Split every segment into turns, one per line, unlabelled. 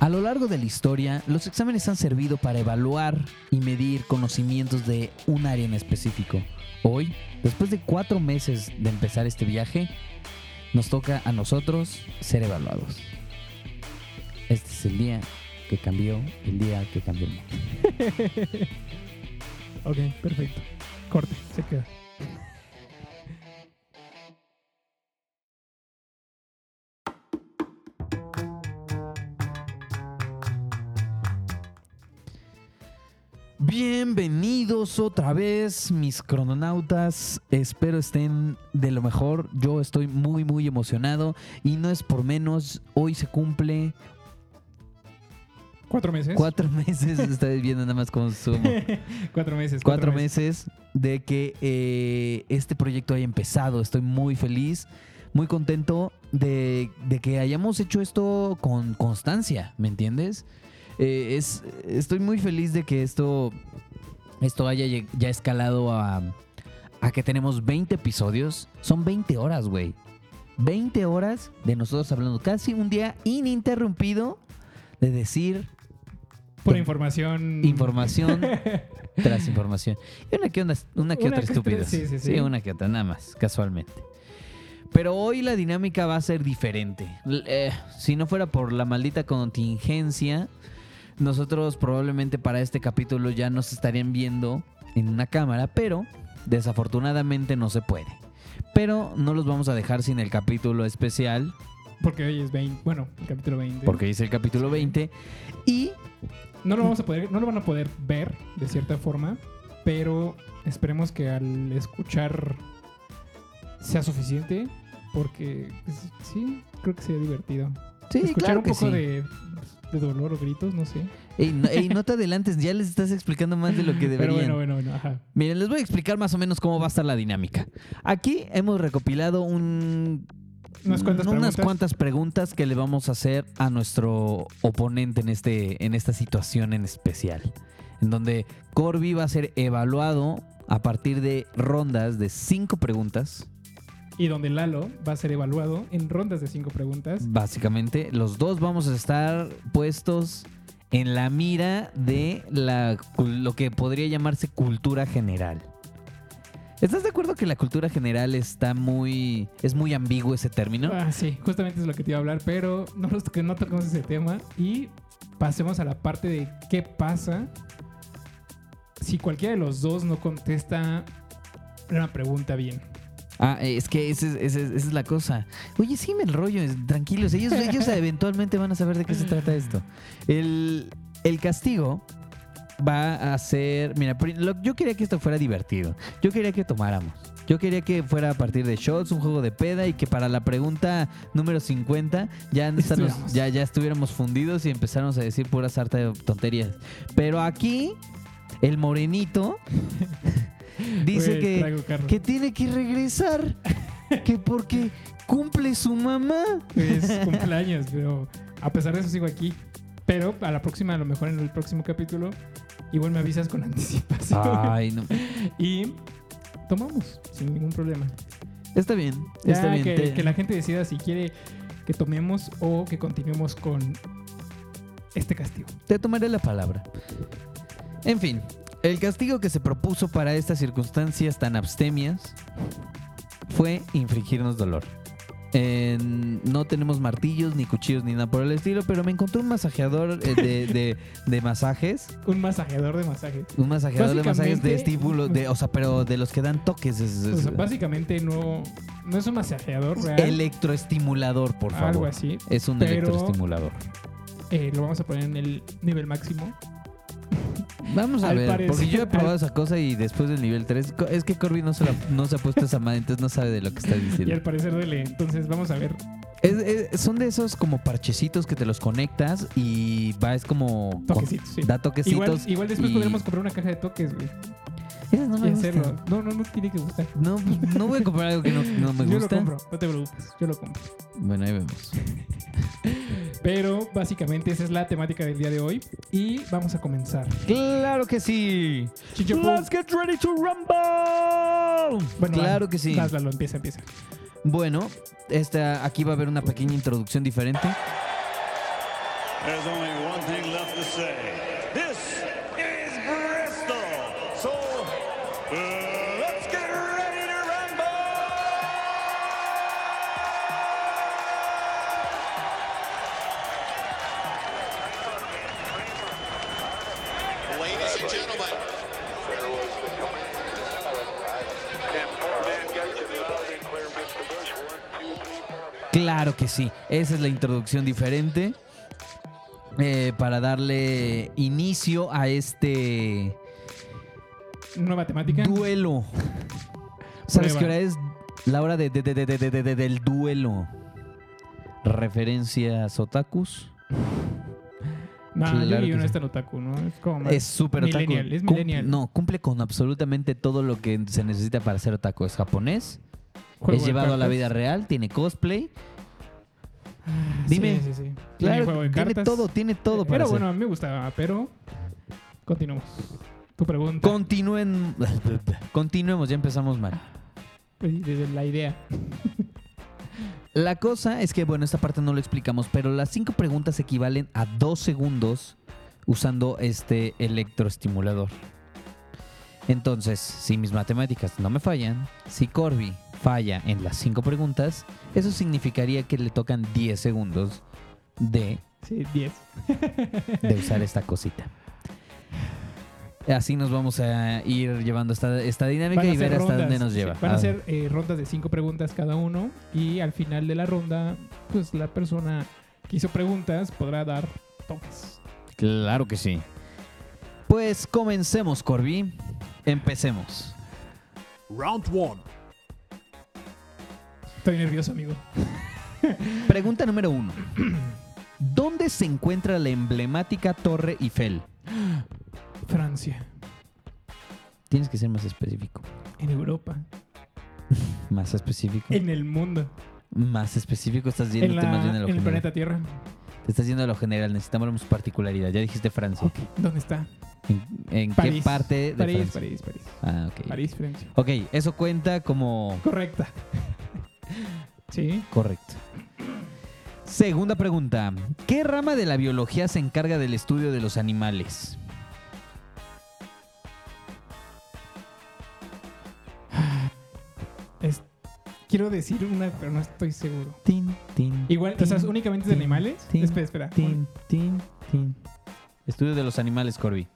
A lo largo de la historia, los exámenes han servido para evaluar y medir conocimientos de un área en específico. Hoy, después de cuatro meses de empezar este viaje, nos toca a nosotros ser evaluados. Este es el día que cambió, el día que cambió el mundo.
Ok, perfecto. Corte, se queda.
Bienvenidos otra vez, mis crononautas. Espero estén de lo mejor. Yo estoy muy, muy emocionado. Y no es por menos, hoy se cumple
Cuatro meses.
cuatro meses. Ustedes viendo nada más con sumo.
cuatro meses.
Cuatro meses de que eh, este proyecto haya empezado. Estoy muy feliz, muy contento de, de que hayamos hecho esto con constancia, ¿me entiendes? Eh, es, estoy muy feliz de que esto, esto haya lleg- ya escalado a, a que tenemos 20 episodios. Son 20 horas, güey. 20 horas de nosotros hablando casi un día ininterrumpido de decir
Por información.
información tras información. Y una que, onda- una que
Una
otra
que
estúpida.
otra, sí, sí, sí.
una que otra, nada más, casualmente. Pero hoy la dinámica va a ser diferente. L- eh, si no fuera por la maldita contingencia, nosotros probablemente para este capítulo ya nos estarían viendo en una cámara, pero desafortunadamente no se puede. Pero no los vamos a dejar sin el capítulo especial
Porque hoy es 20. Bueno, el capítulo 20.
porque dice el capítulo 20. Y
No lo vamos a poder, no lo van a poder ver de cierta forma, pero esperemos que al escuchar sea suficiente, porque pues, sí, creo que sería divertido.
sí,
escuchar
claro
un
que
poco
sí.
de, de dolor o gritos, no sé.
Ey, no, ey, no te adelantes, ya les estás explicando más de lo que deberían.
Pero bueno, bueno, bueno, ajá.
Miren, les voy a explicar más o menos cómo va a estar la dinámica. Aquí hemos recopilado un- Mm,
Unas cuantas preguntas.
cuantas preguntas que le vamos a hacer a nuestro oponente en, este, en esta situación en especial. En donde Corby va a ser evaluado a partir de rondas de cinco preguntas.
Y donde Lalo va a ser evaluado en rondas de cinco preguntas.
Básicamente, los dos vamos a estar puestos en la mira de la, cul- lo que podría llamarse cultura general. ¿Estás de acuerdo que la cultura general está muy. es muy ambiguo ese término?
Ah, sí, justamente es lo que te iba a hablar, pero no, nos toque- no toquemos ese tema y pasemos a la parte de qué pasa si cualquiera de los dos no contesta una pregunta bien.
Ah, eh, es que ese es- ese es- esa es la cosa. Oye, sígueme el rollo, es- tranquilos. Ellos, ellos eventualmente van a saber de qué se trata esto. El, el castigo va a ser. Mira, pri- lo- yo quería que esto fuera divertido. Yo quería que tomáramos. Yo quería que fuera a partir de shots, un juego de peda y que para la pregunta número 50 ya, estamos-
Estuviéramos.
ya, ya estuviéramos fundidos y empezáramos a decir pura sarta de tonterías. Pero aquí, el morenito dice
Güey,
que
traigo carro.
que tiene que regresar, que porque cumple su mamá.
Es cumpleaños, pero a pesar de eso sigo aquí. Pero a la próxima, a lo mejor en el próximo capítulo, igual me avisas con anticipación.
Ay, no.
Y tomamos sin ningún problema.
Está bien,
Ya
está bien.
que,
te-
que la gente decida si quiere que tomemos o que continuemos con este castigo.
Te tomaré la palabra. En fin, el castigo que se propuso para estas circunstancias tan abstemias fue infligirnos dolor. En- no tenemos martillos, ni cuchillos, ni nada por el estilo, pero me encontré un masajeador eh, de, de- de masajes.
Un masajeador de masajes.
Un masajeador de masajes de
Básicamente-
estímulo, de, o sea, pero de los que dan toques. es-
O
es-
sea, básicamente no, no es un masajeador real.
Electroestimulador, por
algo
favor.
así.
Es un
Pero-
electroestimulador.
Eh, lo vamos a poner en el nivel máximo.
Vamos a
al
ver,
parecer-
porque yo he probado
al-
esa cosa y después del nivel 3, co- es que Corby no se, la- no se ha puesto esa madre, entonces no sabe de lo que está
Y al
diciendo.
parecer duele. Entonces vamos a ver.
Es- es- son de esos como parchecitos que te los conectas y va, es como... con-
Toquecitos, sí.
Da toquecitos.
Igual, igual después
y-
podremos comprar una caja de toques, güey.
Esas no
y
me
hacerlo.
gustan.
No, no, no tiene que gustar.
No, pues, no voy a comprar algo que no, no me
yo lo
gusta.
compro, no te preocupes, yo lo compro.
Bueno, ahí vemos.
Pero básicamente esa es la temática del día de hoy. Y vamos a comenzar.
¡Claro que sí!
Chicho,
get ready to rumble! claro
vas,
que sí.
vas, Lalo, empieza, empieza.
este, Bueno, esta, aquí va a haber una pequeña introducción diferente.
There's only one thing left to say. This is Bristol. So uh, let's get ready to rumble.
Ladies and gentlemen,
Claro que sí. Esa es la introducción diferente eh, para darle inicio a este
Nueva temática.
duelo. ¿Sabes
Prueba.
qué hora es? La hora de, de- de- de- de- de- de- de- del duelo. Referencias otakus.
No,
Claro
Yugi
que
no
sí.
es tan otaku, ¿no? Es como más
Es súper otaku.
millennial, Es
Cum-
millennial.
no, cumple con absolutamente todo lo que se necesita para ser otaku. Es japonés,
Juego
es
de
llevado a la
cartas.
vida real, tiene cosplay.
Ah,
Dime.
Sí, sí, sí. Tiene
Claro,
juego de
tiene
cartas.
todo, tiene todo para
Pero
ser.
bueno, a mí me gustaba, pero continuamos. Tu pregunta.
Continúen. Continuemos, ya empezamos mal.
Desde la idea.
La cosa es que, bueno, esta parte no lo explicamos, pero las cinco preguntas equivalen a dos segundos usando este electroestimulador. Entonces, si mis matemáticas no me fallan, si Corby falla en las cinco preguntas, eso significaría que le tocan 10 segundos de,
Sí, 10.
de usar esta cosita. Así nos vamos a ir llevando esta, esta dinámica y ver hasta dónde nos
sí,
lleva.
van a
Ah,
ser eh, rondas de cinco preguntas cada uno. Y al final de la ronda, pues la persona que hizo preguntas podrá dar toques.
Claro que sí. Pues comencemos, Corby. Empecemos.
round one.
Estoy nervioso, amigo.
Pregunta número uno. ¿Dónde se encuentra la emblemática Torre Eiffel?
Francia,
Tienes que ser más específico.
en Europa,
Más específico.
en el mundo,
Más específico. Estás
en,
yéndote
la-
más bien a lo
en el
general.
planeta Tierra.
Te estás yendo a lo general. Necesitamos particularidad. Ya dijiste Francia.
Ok, ¿Dónde está?
¿En, en qué
París.
parte de
París,
Francia?
París, París.
Ah, ok.
París, Francia.
Ok, eso cuenta como
Correcta. Sí.
Correcto. Segunda pregunta. ¿Qué rama de la biología se encarga del estudio de los animales?
es- quiero decir una, pero no estoy seguro.
Tin, tin.
Igual, o sea, es únicamente de
tin,
animales.
tin,
espera, espera.
Tin, tin, tin. Estudio de los animales, Corby.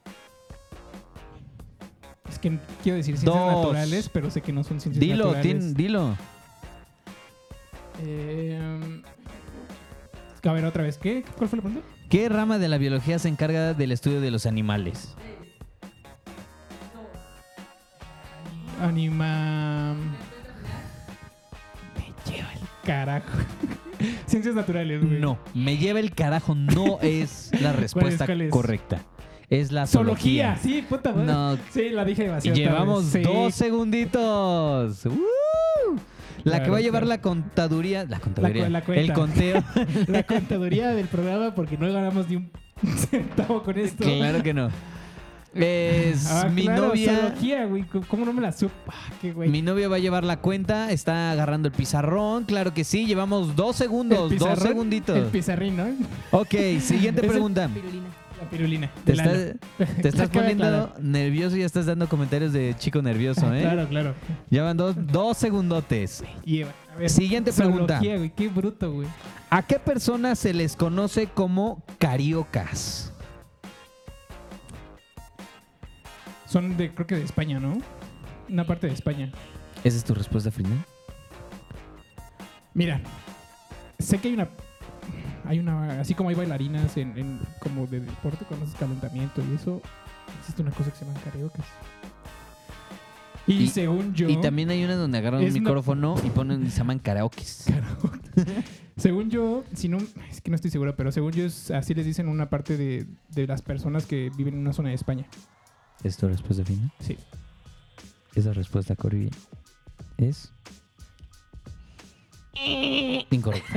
Es que quiero decir ciencias
Dos.
naturales, pero sé que no son ciencias
Dilo, tin,
naturales.
dilo.
Eh, a ver, otra vez. ¿Qué? ¿Cuál fue la pregunta?
¿Qué rama de la biología se encarga del estudio de los animales?
Anima. Me lleva el carajo. ciencias naturales, güey.
No, me lleva el carajo, no es la respuesta
cuál es?
correcta. Es la
Zoología.
zoología.
Sí, puta madre.
No.
Sí, la dije
Y
demasiado.
llevamos
tarde. Sí.
dos segunditos. ¡Woo! La que
Claro,
va a llevar
claro.
la contaduría. La contaduría.
la cuenta.
el conteo.
La contaduría del programa porque no ganamos ni un centavo con esto.
claro que no. Es
Ah,
mi
claro,
novia.
zoología, güey. ¿Cómo no me la supo? Ah, qué güey.
Mi novia va a llevar la cuenta, está agarrando el pizarrón, claro que sí, llevamos dos
El
segundos, dos
pizarrón, El
segunditos.
pizarrín, ¿no?
Ok, siguiente
Es el
pregunta.
La pirulina.
Te,
el ano.
estás- te estás
Acaba de
poniendo
aclarar.
nervioso y ya estás dando comentarios de chico nervioso, ¿eh?
Claro, claro.
Llevan dos, dos segundotes.
Y Eva, a ver.
Siguiente pregunta.
Zoología, güey. Qué bruto, güey.
¿A qué personas se les conoce como cariocas?
Son de, creo que de España, ¿no? Una parte de España.
¿Esa es tu respuesta final?
Mira, sé que hay una. Hay una. Así como hay bailarinas en, en- como de deporte con los calentamiento y eso, existe una cosa que se llama karaoke. Y,
Y-
según yo.
Y también hay unas donde agarran un
Es una-
micrófono y ponen, se llaman karaokes.
Karaoke. según yo, si no. Es que no estoy seguro, pero según yo, es- así les dicen una parte de, de las personas que viven en una zona de España.
¿Es tu respuesta final?
Sí.
Esa respuesta, Corby, es. Incorrecta.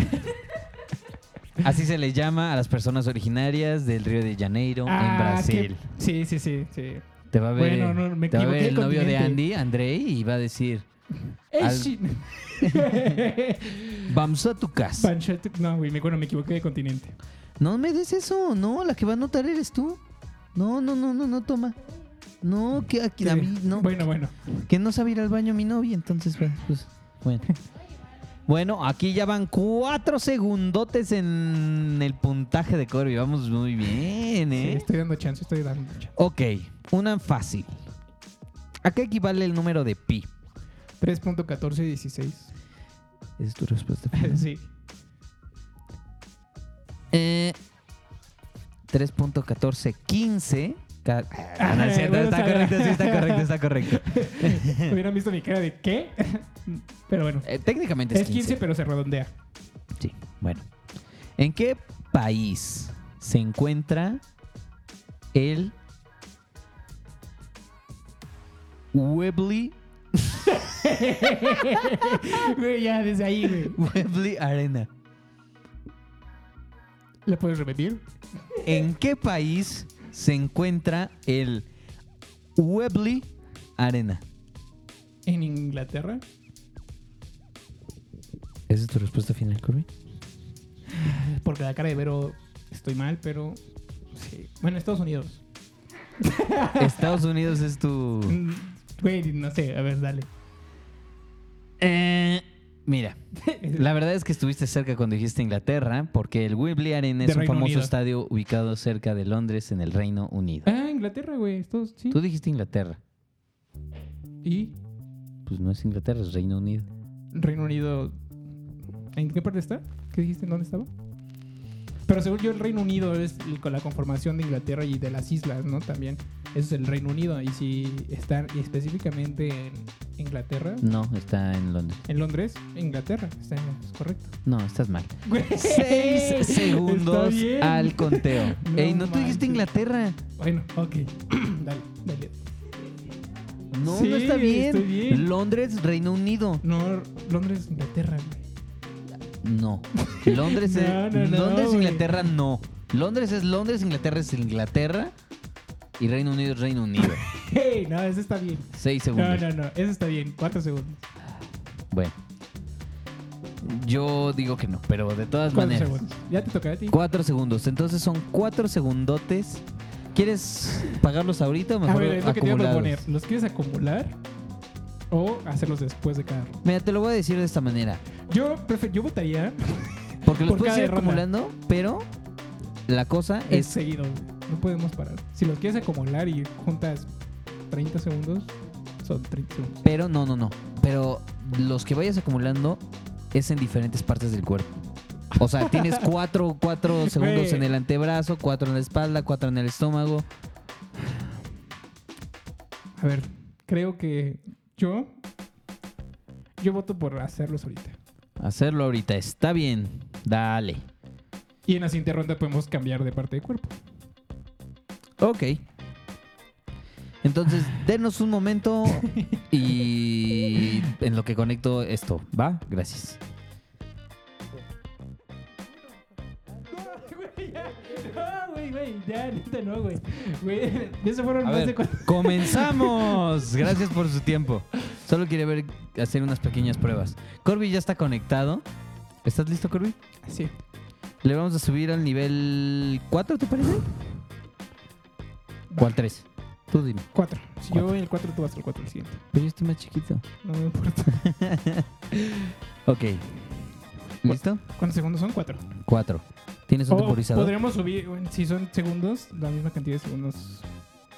Así se les llama a las personas originarias del Río de Janeiro en
Ah, qué-
Brasil.
Sí, sí, sí, sí.
Te va a ver,
Bueno, no, me
te va a ver
equivoqué
el
de
novio de
continente.
Andy, Andrei, y va a decir:
¡Ey,
Al-
shit!
Vamos a tu casa.
Panchete- No, güey, me, bueno, me equivoqué de continente.
No me des eso, no, la que va a anotar eres tú. No, no, no, no, no, toma. No, que aquí, a mí, no,
Bueno, bueno.
que no sabe ir al baño mi novia, entonces, pues, pues, bueno. Bueno, aquí ya van cuatro segundotes en el puntaje de Corby. Vamos muy bien,
Sí,
¿eh?
estoy dando chance, estoy dando chance.
Ok, una fácil. ¿A qué equivale el número de pi?
3.14 y 16.
Esa es tu respuesta. final?
sí.
Eh, 3.1415. Ca- Ah, no es cierto,
bueno,
está
está
correcto,
bien.
sí, está correcto, está correcto.
Hubieran visto mi cara de qué. pero bueno.
Eh, técnicamente
Es 15, pero se redondea.
Sí, bueno. ¿En qué país se encuentra el Webley,
Güey, ya desde ahí, güey.
Webley Arena?
¿La puedes repetir?
¿En qué país se encuentra el Webley Arena?
¿En Inglaterra?
¿Esa es tu respuesta final, Corby?
Porque la cara de Vero estoy mal, pero. Sí. Bueno, Estados Unidos.
Estados Unidos es tu...
Mm, Güey, no sé, a ver, dale.
Eh, mira, la verdad es que estuviste cerca cuando dijiste Inglaterra, porque el Webley Arena
De
es un
Reino
famoso
Unido.
estadio ubicado cerca de Londres, en el Reino Unido.
Ah, Inglaterra, güey. Estados, sí.
Tú dijiste Inglaterra.
Y
Pues no es Inglaterra, es Reino Unido.
Reino Unido. ¿En qué parte está? ¿Qué dijiste? ¿En dónde estaba? Pero según yo, el Reino Unido es el- con la conformación de Inglaterra y de las islas, ¿no? También. Eso es el Reino Unido. Y si están específicamente en Inglaterra,
No, está en Londres.
en Londres, Inglaterra. Está en Londres, correcto.
No, estás mal.
Güey, está
Seis segundos
bien.
al conteo.
No
Ey, no tú dijiste
manches.
Inglaterra.
Bueno, ok. dale, dale.
No,
Sí,
no está bien.
estoy bien.
Londres, Reino Unido.
No, Londres, Inglaterra, güey.
No. Londres es.
No, no, no,
Londres,
güey.
Inglaterra, no. Londres es Londres, Inglaterra es Inglaterra. Y Reino Unido es Reino Unido.
Hey, no, eso está bien.
Seis
No,
segundos.
no, no, eso está bien. Cuatro segundos.
Bueno. Yo digo que no, pero de todas
Cuatro
maneras.
segundos. Ya te toca a ti.
Cuatro segundos. Entonces son cuatro segundotes. ¿Quieres pagarlos ahorita o
A
mejor
ver, es lo que te iba a
acumulados?
proponer. ¿Los quieres acumular o hacerlos después de cada ronda?
Mira, te lo voy a decir de esta manera.
Yo, prefe- yo votaría
Porque los
Por
puedes
cada
ir
ronda.
acumulando, pero la cosa es...
es seguido. No podemos parar. Si los quieres acumular y juntas 30 segundos, son 30 segundos.
Pero no, no, no. Pero los que vayas acumulando es en diferentes partes del cuerpo. O sea, tienes cuatro, cuatro segundos en el antebrazo, cuatro en la espalda, cuatro en el estómago.
A ver, creo que yo. Yo voto por hacerlos ahorita.
Hacerlo ahorita está bien. Dale.
Y en la siguiente ronda podemos cambiar de parte de cuerpo.
Ok. Entonces, denos un momento y en lo que conecto esto, ¿va? Gracias.
Güey, ya. No, güey, güey, ya, neta, no, güey. Güey, de eso fueron
A
más de
ver,
cuatro.
comenzamos. Gracias por su tiempo. Solo quería ver hacer unas pequeñas pruebas. Corby ya está conectado. ¿Estás listo, Corby?
Sí.
Le vamos a subir al nivel 4, ¿te parece? ¿O al 3? Tú dime.
Cuatro. Si
Cuatro.
yo en el cuatro, tú vas al cuatro, el siguiente.
Pero yo estoy más chiquito.
No me importa.
Ok. ¿Listo?
¿Cuántos segundos son? Cuatro.
4. ¿Tienes un
O
temporizador?
Oh, Podríamos subir, bueno, si son segundos, la misma cantidad de segundos.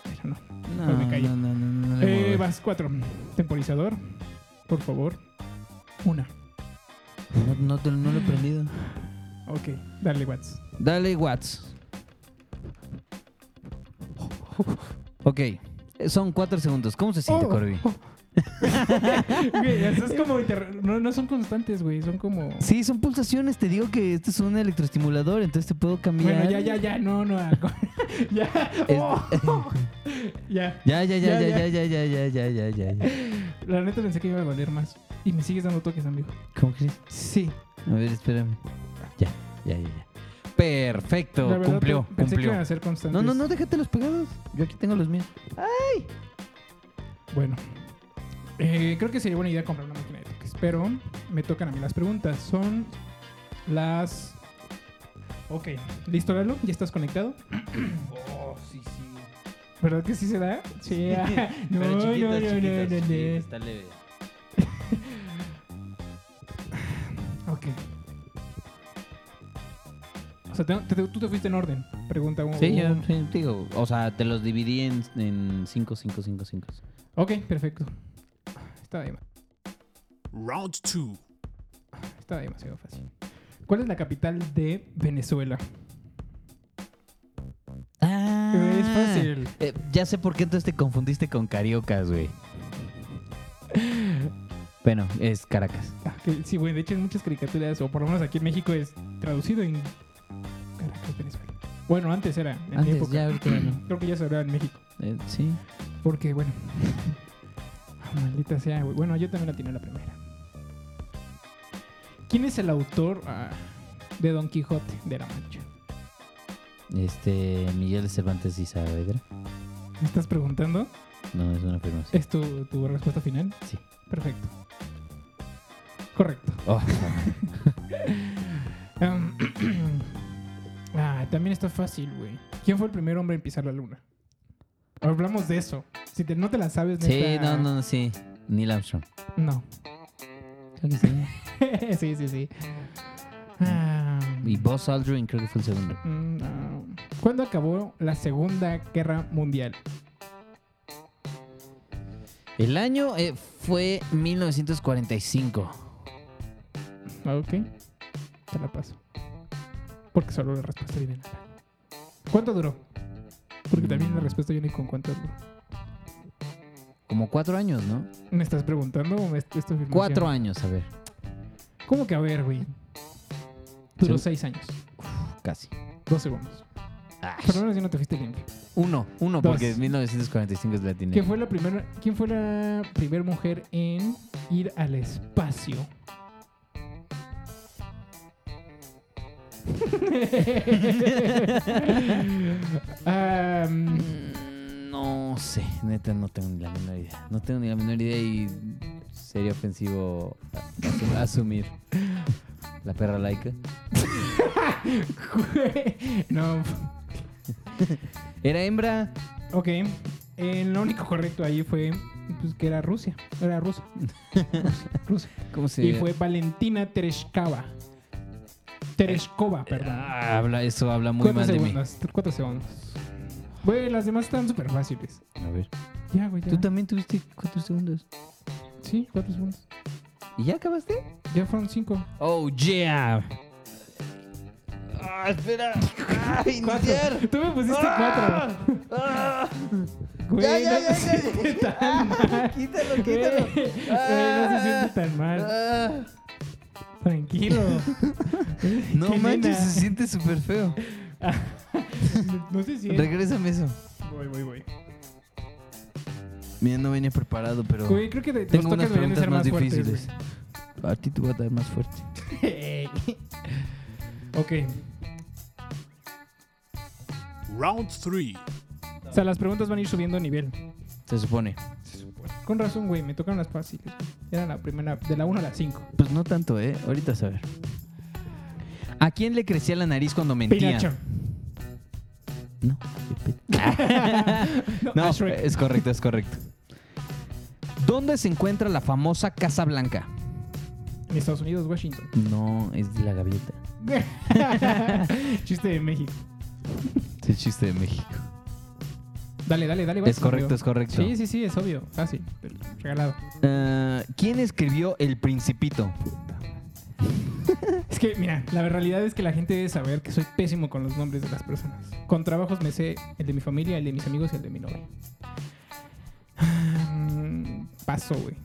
Pero no.
No,
Pues me callo.
no, no, no, no le
Eh,
muevas.
vas cuatro. Temporizador, por favor. Una.
No, no te- no lo he prendido.
Ok, dale, Watts.
Dale, Watts. Ok. eh, Son cuatro segundos. ¿Cómo se siente,
Oh,
Corby?
oh. Güey, eso es como inter- no, no son constantes, güey. Son como.
Sí, son pulsaciones. Te digo que este es un electroestimulador, entonces te puedo cambiar.
Bueno, ya, ya, ya, no, no. algo. ya.
Es-
Oh. ya.
Ya, ya, ya, ya, ya,
Ya,
ya, ya, ya, ya, ya, ya, ya.
La neta pensé que iba a valer más. Y me sigues dando toques, amigo.
¿Cómo crees?
Sí.
A ver, espérame. Ya, ya, ya, ya. Perfecto,
La verdad,
cumplió,
pe- pensé que
cumplió.
iban a ser constantes.
No, no, no, déjate los pegados. Yo aquí tengo los míos.
Bueno, eh, creo que sería buena idea comprar una máquina de toques, pero me tocan a mí las preguntas. Son las Ok, ¿listo Lalo? ¿Ya estás conectado?
Oh, sí, sí.
¿Verdad que sí se da? Sí. ah, no,
Pero chiquito,
no,
chiquito,
no, no, no,
chiquito,
no.
Está leve.
Ok. O sea, te- te- tú te fuiste en orden. Pregunta uno.
Sí,
uno.
yo sí, digo, o sea, te los dividí en- en 5, 5, 5, 5.
Ok, perfecto. Está bien.
Round two.
Está demasiado fácil. ¿Cuál es la capital de Venezuela?
Ah,
Es fácil.
Eh, ya sé por qué entonces te confundiste con cariocas, güey. Bueno, es Caracas.
Ah, que- sí, güey, de hecho en muchas caricaturas, o por lo menos aquí en México, es traducido en Caracas, Venezuela. Bueno, antes era, en mi
Antes,
época.
ya ahorita ya no.
Creo que ya se hablaba en México.
Eh, sí.
Porque, bueno. ah, Maldita sea, güey. Bueno, yo también la tenía la primera. ¿Quién es el autor ah, de Don Quijote de la Mancha?
Este, Miguel Cervantes y Saavedra.
¿Me estás preguntando?
No, es una afirmación.
¿Es tu, tu respuesta final?
Sí.
Perfecto. Correcto.
Oh,
Em, ah, también está fácil, güey. ¿Quién fue el primer hombre en pisar la luna? Hablamos de eso. Si te- no te la sabes,
sí,
neta,
no, no, no, sí. Neil Armstrong.
No.
Creo que sí.
sí, sí, sí. Ah,
Y Buzz Aldrin creo que fue el segundo.
mm, ah. ¿Cuándo acabó la Segunda Guerra Mundial?
El año eh, fue 1945.
Ah, Ok. Te la paso. Porque solo la respuesta viene en la- ¿Cuánto duró? Porque también la respuesta viene con cuánto duró.
Como cuatro años, ¿no?
¿Me estás preguntando o me esto
Cuatro años, a ver.
¿Cómo que a ver, güey? Duró
Sí.
seis años.
Casi.
Dos segundos.
Ah,
Por lo menos ya no te fuiste limpio.
uno, uno,
Dos.
porque 1945 es latino.
¿Quién fue la primera, ¿Quién fue la primera mujer en ir al espacio? Am,
Mm, No sé, neta, no tengo ni la menor idea. No tengo ni la menor idea y sería ofensivo asu- asumir.
La perra laica.
no,
Era hembra.
ok. Eh, lo único correcto ahí fue pues, que era Rusia. Era rusa. Rusia, Rusia.
¿Cómo se
Y fue Valentina Tereshkova. Tereshkova, perdón.
Ah, habla, eso habla muy
cuatro
mal de mí.
segundos. Cuatro segundos. Güey, las demás están súper fáciles.
A ver.
Ya, güey, ya.
Tú también tuviste cuatro segundos.
Sí, cuatro segundos.
¿Y ya acabaste?
Ya fueron cinco.
Oh, yeah. Ah, espera. Ah, iniciar.
Tú me pusiste cuatro.
Ah,
Güey,
Ya, ya,
no
ya,
se
ya,
siente tan mal.
quítalo,
Güey,
quítalo.
güey, no se siente
Ah.
tan mal.
Ah.
Tranquilo.
no
Qué
manches,
nena.
se siente súper feo.
No se siente.
Regrésame eso.
Voy, voy, voy.
Mira, no venía preparado, pero
Güey, creo que de-
tengo
los
unas
toques deberían de
preguntas
ser
más
más, fuertes,
difíciles. A ti te voy a dar más fuerte.
güey. ok.
Round three.
O sea, las preguntas van a ir subiendo nivel.
Se supone.
Con razón, güey, me tocaron las fáciles. güey. Era la primera, de la 1 a la 5.
Pues no tanto, ¿eh? Ahorita a ver. ¿A quién le crecía la nariz cuando mentía?
Pinacho.
No.
No,
No,
a Shrek.
es correcto, es correcto. ¿Dónde se encuentra la famosa Casa Blanca?
En Estados Unidos, Washington.
No, es de la gaviota.
Chiste de México.
Es el chiste de México.
Dale, dale, dale. vas,
Es correcto,
obvio.
es correcto.
Sí, sí, sí, es obvio. Fácil. Regalado.
Ah, ¿Quién escribió El Principito?
Es que, mira, la realidad es que la gente debe saber que soy pésimo con los nombres de las personas. Con trabajos me sé el de mi familia, el de mis amigos y el de mi novia. Mm, Paso, güey.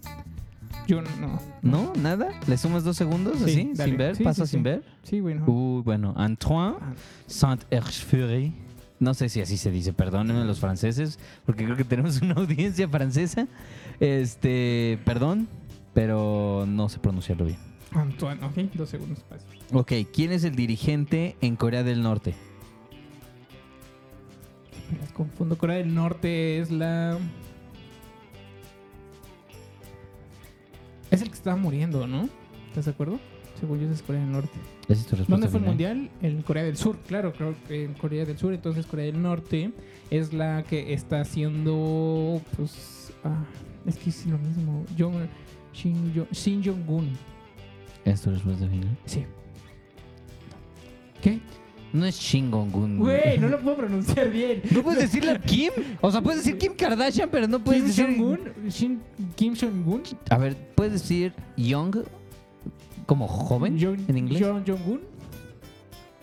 Yo no.
¿No? ¿Nada? ¿Le sumas dos segundos
Sí,
así?
dale.
¿Sin ver?
Sí,
¿Pasa
sí,
sin
sí.
ver?
Sí, güey, no.
Uy, bueno. Antoine
Ah,
Saint-Exupéry. No sé si así se dice, perdónenme los franceses, porque creo que tenemos una audiencia francesa. Este, perdón, pero no sé pronunciarlo bien.
Antoine, ok, dos segundos. paso.
Ok, ¿quién es el dirigente en Corea del Norte?
Me las confundo. Corea del Norte es la. Es el que estaba muriendo, ¿no? ¿Estás de acuerdo? Según yo, esa es Corea del Norte.
Esa es tu respuesta.
¿Dónde fue el
final?
mundial? En Corea del Sur, claro, creo que en Corea del Sur. Entonces, Corea del Norte es la que está haciendo. Pues. ah, es que es lo mismo. Jong- Shin Jo- Shin Jong-un.
Esa es tu respuesta final.
Sí. ¿Qué?
No es Shingongun.
Güey, no lo puedo pronunciar bien.
Mm. No puedes decir la Kim. O sea, puedes decir Kim Kardashian, pero no puedes
Kim
decir.
Jong-un. Shin- Kim Jong-un.
A ver, puedes decir Young como joven
Jong-
en inglés.
Jong- Jong-un.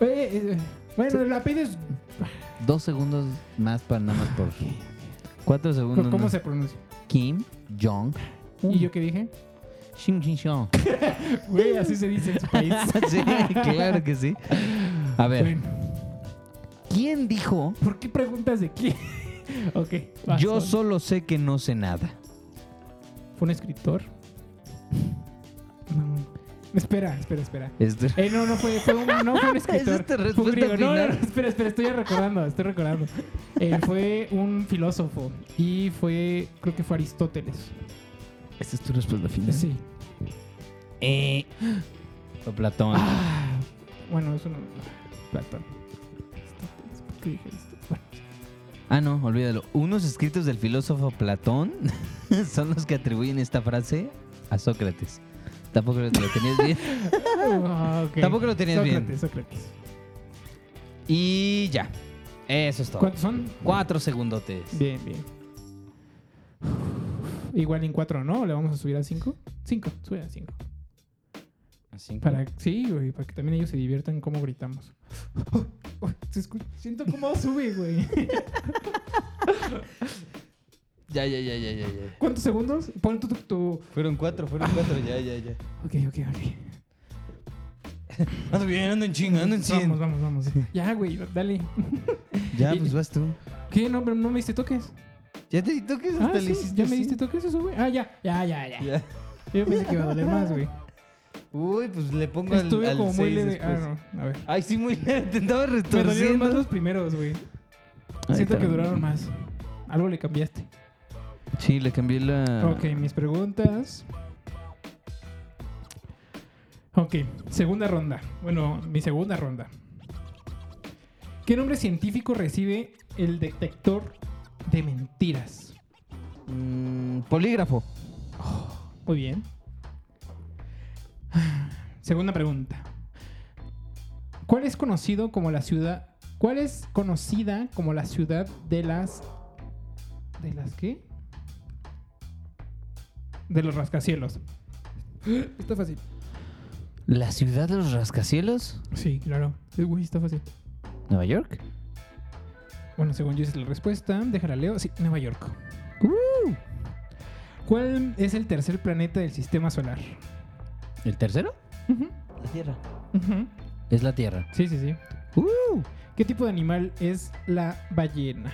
Eh, eh, bueno, el apellido es.
Dos segundos más para nada más por. Cuatro segundos.
¿Cómo
más.
se pronuncia?
Kim Jong. Uh.
¿Y yo qué dije?
Shin Shin Shong.
Güey, así se dice en su país.
sí, claro que sí. A ver,
Bueno.
¿quién dijo
¿Por qué preguntas de quién? ok. vas,
yo
vas.
solo sé que no sé nada?
¿Fue un escritor? No. Espera, espera, espera.
Este-
Eh, no, no fue, fue un, no fue un escritor.
¿Esa es tu
Fue un
respuesta
griego. No, no,
final?
no, espera, espera, estoy recordando, estoy recordando. Eh, fue un filósofo y fue, creo que fue Aristóteles.
Esta es tu respuesta final.
Eh. Sí.
Eh, fue Platón.
Ah. Bueno, eso no. Platón. Aristóteles, ¿por qué dije Aristóteles? Bueno,
Ah, no, olvídalo. Unos escritos del filósofo Platón son los que atribuyen esta frase a Sócrates. Tampoco lo tenías bien.
ah, ok.
Tampoco lo tenías bien.
Sócrates, Sócrates.
Y ya. Eso es todo.
¿Cuántos son?
Cuatro segundotes.
Bien, bien. Igual en 4, ¿no? ¿Le vamos a subir a 5? 5, sube a 5.
Así.
Para, sí, güey, para que también ellos se diviertan cómo gritamos. Se escu- Siento cómo sube, güey.
Ya, ya, ya, ya, ya, ya.
¿Cuántos segundos? Pon tu, tu, tu-
Fueron cuatro,
Ah.
fueron cuatro, ya, ya, ya.
Ok, ok, ok.
Ando bien, ando en chinga, ando en
Vamos, vamos, vamos. Ya, güey, dale.
Ya,
Y-
pues vas tú.
¿Qué? No, pero no me diste toques.
Ya te di toques
Ah,
hasta le
sí,
hiciste
ya me
así.
diste toques eso, güey. Ah, ya, ya, ya, ya.
Ya.
Yo pensé que iba a doler más, güey.
Uy, pues le pongo al,
Estuve
al
como muy
seis
leve.
después.
Ah, no, a ver.
Ay, sí, muy leve. Te andaba
Me dolieron más
retorciendo.
los primeros, güey.
Ay,
Siento que
cabrón.
duraron más. Algo le cambiaste.
Sí, le cambié la...
Ok, mis preguntas. Ok, segunda ronda. Bueno, mi segunda ronda. ¿Qué nombre científico recibe el detector de mentiras?
Mm, polígrafo.
Muy bien. Segunda pregunta. ¿Cuál es conocido como la ciudad? ¿Cuál es conocida como la ciudad de las de las qué? De los rascacielos. Está fácil.
¿La ciudad de los rascacielos?
Sí, claro. Eh, Güey, está fácil.
¿Nueva York?
Bueno, según yo esa es la respuesta, déjala leo. Sí, Nueva York. ¿Cuál es el tercer planeta del sistema solar?
¿El tercero?
Ujú,
La Tierra. Uh.
ujú.
Es la Tierra.
Sí, sí, sí. ¿Qué tipo de animal es la ballena?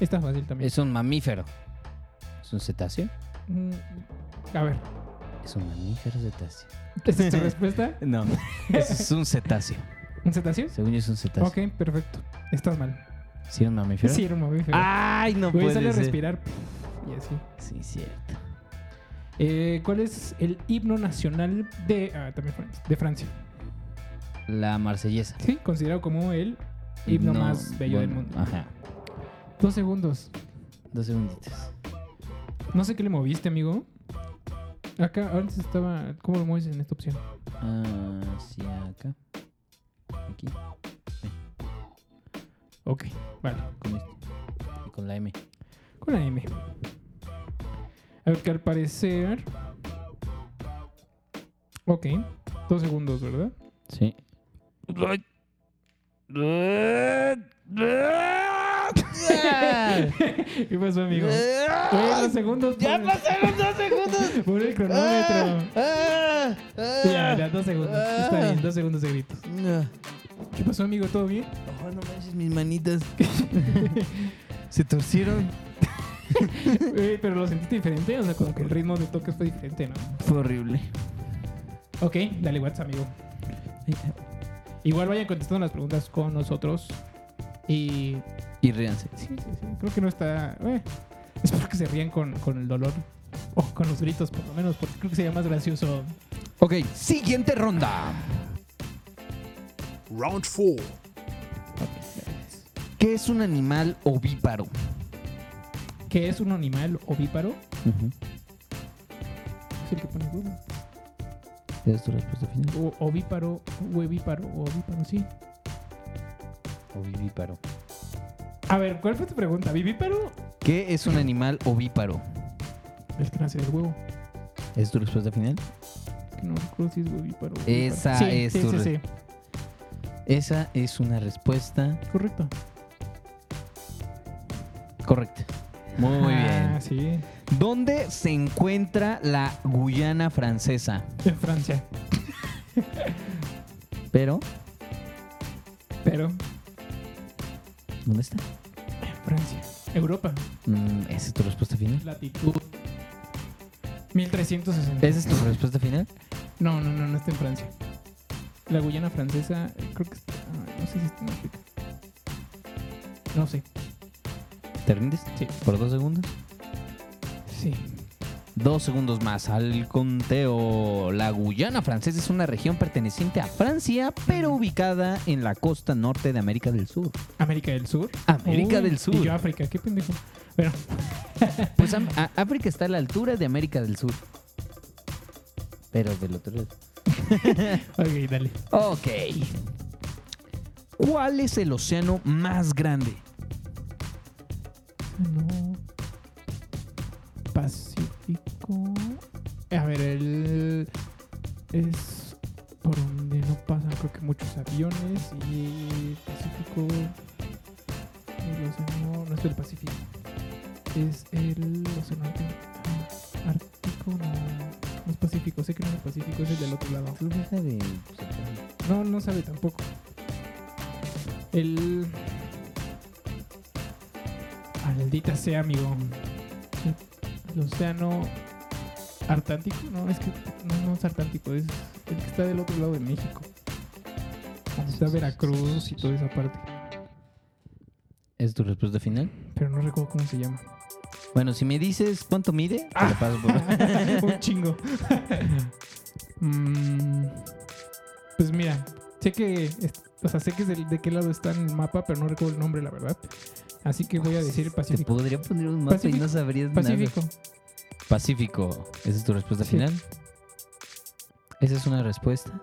Está fácil también.
Es un mamífero. ¿Es un cetáceo?
Mm, A ver,
Es un mamífero cetáceo.
¿esa es tu respuesta?
No, es un cetáceo.
¿Un cetáceo?
Según yo es un cetáceo.
Ok, perfecto. Estás mal.
¿Sí era un mamífero?
Sí, era un mamífero.
¡Ay, Ah, no
Güey,
puede
sale a
ser.
respirar. Y así.
Sí, cierto.
Eh, ¿Cuál es el himno nacional de, ah, también Fran- de Francia?
La marsellesa.
Sí, considerado como el himno más bello del
bueno,
mundo.
Ajá.
Dos segundos.
Dos segunditos.
No sé qué le moviste, amigo. Acá antes estaba. ¿Cómo lo mueves en esta opción?
Hacia acá. Aquí.
Ok, vale.
Con esto. Y con la M.
Con la M. A ver, que al parecer. Ok, dos segundos, ¿verdad?
Sí.
¿Qué pasó, amigo? Güey, los segundos. ¡Ya
pasaron dos segundos!
Por el cronómetro.
Ah, ah,
Ya, ya, dos segundos. Está bien, dos segundos de gritos.
No.
¿Qué pasó, amigo? ¿Todo bien?
Oh, no manches, mis manitas. Se torcieron.
Güey, Eh, pero lo sentiste diferente. O sea, como que el ritmo de toque fue diferente, ¿no?
Fue horrible.
Ok, dale WhatsApp, amigo. Igual vayan contestando las preguntas con nosotros. Y
Y ríanse.
sí, sí, sí, creo que no está. eh, espero que se rían con, con el dolor o con los gritos, por lo menos, porque creo que sería más gracioso
Ok, siguiente ronda.
Round 4.
¿Qué es un animal ovíparo?
¿Qué es un animal ovíparo? Es el que pone huevo.
¿Es tu respuesta final?
O- ovíparo, huevíparo, ovíparo, sí.
Ovíparo.
A ver, ¿cuál fue tu pregunta? ¿Vivíparo?
¿Qué es un animal ovíparo?
El que nace del huevo.
¿Es tu respuesta final?
Que no recuerdo si es huevíparo. o ovíparo.
Esa
Sí,
es
sí,
tu
sí,
re-
sí,
Esa es una respuesta
Correcto.
correcta. Muy
Ah,
bien.
sí.
¿Dónde se encuentra la Guyana francesa?
En Francia.
Pero,
Pero,
¿dónde está?
Francia. Europa.
Mm, ¿Esa es tu respuesta final?
Latitud. 1360.
¿Esa es tu respuesta final?
No, no, no, no está en Francia. La Guyana francesa, eh, creo que está. ah, No sé si está en África. No sé.
¿Te rindes?
Sí.
¿Por dos segundos?
Sí.
Dos segundos más al conteo. La Guyana francesa es una región perteneciente a Francia, pero ubicada en la costa norte de América del Sur.
América del Sur.
América
Uy,
del
Y
Sur.
yo África, qué pendejo. Pero,
Pues Am- a- África está a la altura de América del Sur. Pero del otro lado.
ok, dale.
Ok. ¿Cuál es el océano más grande?
No. Pacífico. A ver, el. Es por donde no pasan, creo que muchos aviones. Y Pacífico. El océano. No es el Pacífico. Es el océano Ártico. Ah, Ártico, no. No es Pacífico, sé que no es el Pacífico, es el del otro lado. No, no sabe tampoco. El. Maldita sea, amigo. El océano. Artántico. No, es que no, no es Artántico, es el que está del otro lado de México. Donde está Veracruz y toda esa parte.
¿Es tu respuesta final?
Pero no recuerdo cómo se llama.
Bueno, si me dices cuánto mide, te
Ah.
lo paso por-
Un chingo. Mm, pues mira, sé que, es- o sea, sé que es del- de qué lado está en el mapa, pero no recuerdo el nombre, la verdad. Así que voy a decir
Te
Pacífico.
podría poner un mapa y
Pacífico.
no sabrías
Pacífico.
nada. Pacífico. ¿Esa es tu respuesta
Sí.
final? ¿Esa es una respuesta?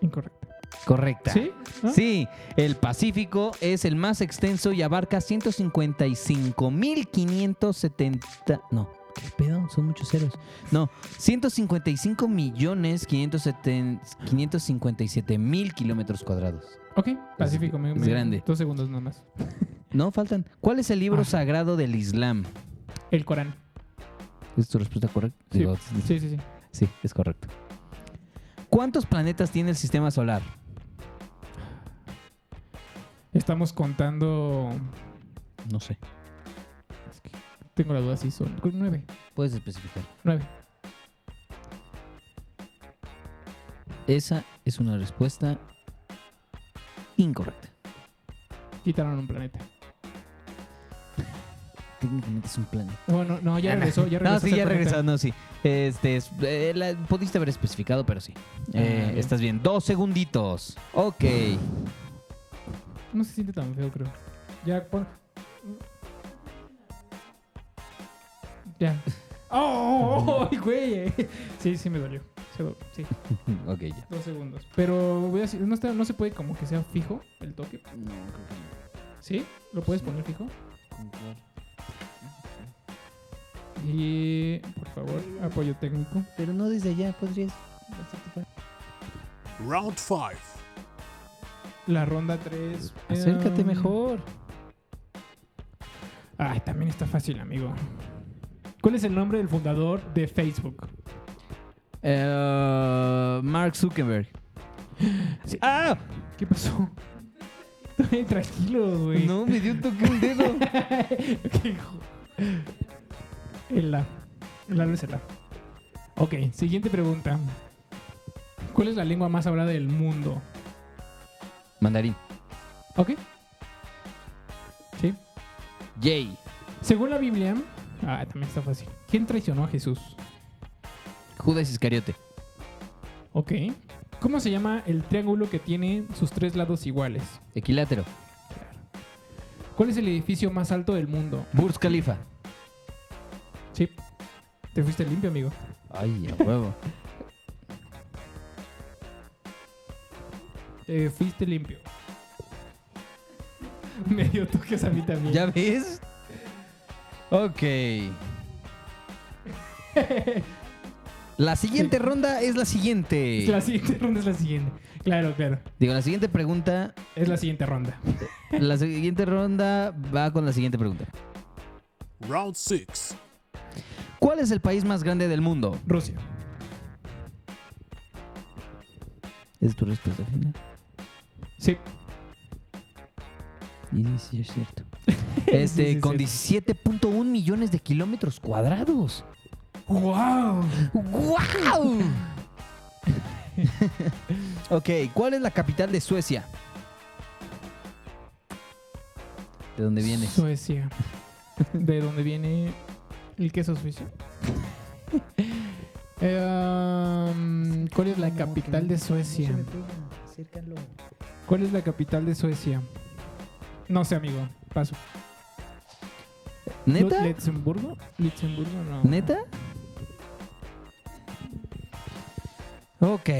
Incorrecto.
Correcta.
¿Sí? ¿Ah? ¿No?
Sí, el Pacífico es el más extenso y abarca 155.570... No, ¿qué pedo? Son muchos ceros. No, 155.557.000 kilómetros cuadrados.
Ok, Pacífico. me-
es
me-
grande.
Dos segundos nada más.
No, faltan. ¿Cuál es el libro
Ah.
sagrado del Islam?
El Corán.
¿Es tu respuesta correcta?
Sí.
Digo,
Sí, sí, sí.
sí, es correcto. ¿Cuántos planetas tiene el sistema solar?
Estamos contando.
No sé.
Tengo la duda si son. creo que Nueve.
Puedes especificar.
Nueve.
Esa es una respuesta incorrecta.
Quitaron un planeta.
Técnicamente es un planeta.
Bueno, no, ya regresó. Ya
Ah, No,
regresó
sí,
ese
ya
planeta.
regresó, no, sí. Este, es- eh, la- pudiste haber especificado, pero sí. Eh,
Ah, bien.
Estás bien. Dos segunditos. Ok.
No se siente tan feo, creo. Ya, pon... Ya. ¡Oh, güey! Sí, sí me dolió. Se do- Sí, Mm.
ok, ya.
dos segundos. Pero voy a decir, no, está- no se puede como que sea fijo el toque. ¿Sí? ¿Lo puedes poner fijo? Y, por favor, apoyo técnico.
Pero no desde allá, podrías.
Round 5.
La ronda 3.
Acércate mejor.
Ay, también está fácil, amigo. ¿Cuál es el nombre del fundador de Facebook?
Eh, Mark Zuckerberg.
Sí.
¡Ah!
¿Qué pasó? Tranquilo, güey.
No, me dio un toque un dedo.
¿Qué hijo? El A. El A no es el A. Ok, siguiente pregunta. ¿Cuál es la lengua más hablada del mundo?
Mandarín.
¿Ok? Sí.
Jay.
Según la Biblia... Ah, también está fácil. ¿Quién traicionó a Jesús?
Judas Iscariote.
Ok. ¿Cómo se llama el triángulo que tiene sus tres lados iguales?
Equilátero.
¿Cuál es el edificio más alto del mundo?
Burj Khalifa.
Sí. Te fuiste limpio, amigo.
Ay, a huevo.
Te Eh, fuiste limpio. Medio toques a mí también.
¿Ya ves? Ok. La siguiente ronda es la siguiente.
La siguiente ronda es la siguiente. Claro, claro.
Digo, la siguiente pregunta.
Es la siguiente ronda.
La siguiente ronda va con la siguiente pregunta.
Round 6.
¿Cuál es el país más grande del mundo?
Rusia.
Es tu respuesta final.
Sí.
Y sí, sí, es cierto. Este,
Sí, sí,
con
es
17.1 millones de kilómetros cuadrados.
¡Wow!
¡Wow! ok, ¿cuál es la capital de Suecia? ¿De dónde vienes?
Suecia. ¿De dónde viene el queso suizo? Eh, um, ¿Cuál es la capital de Suecia? ¿Cuál es la capital de Suecia? No sé, amigo. Paso.
¿Neta?
¿Luxemburgo? ¿Luxemburgo? No.
¿Neta? Ok,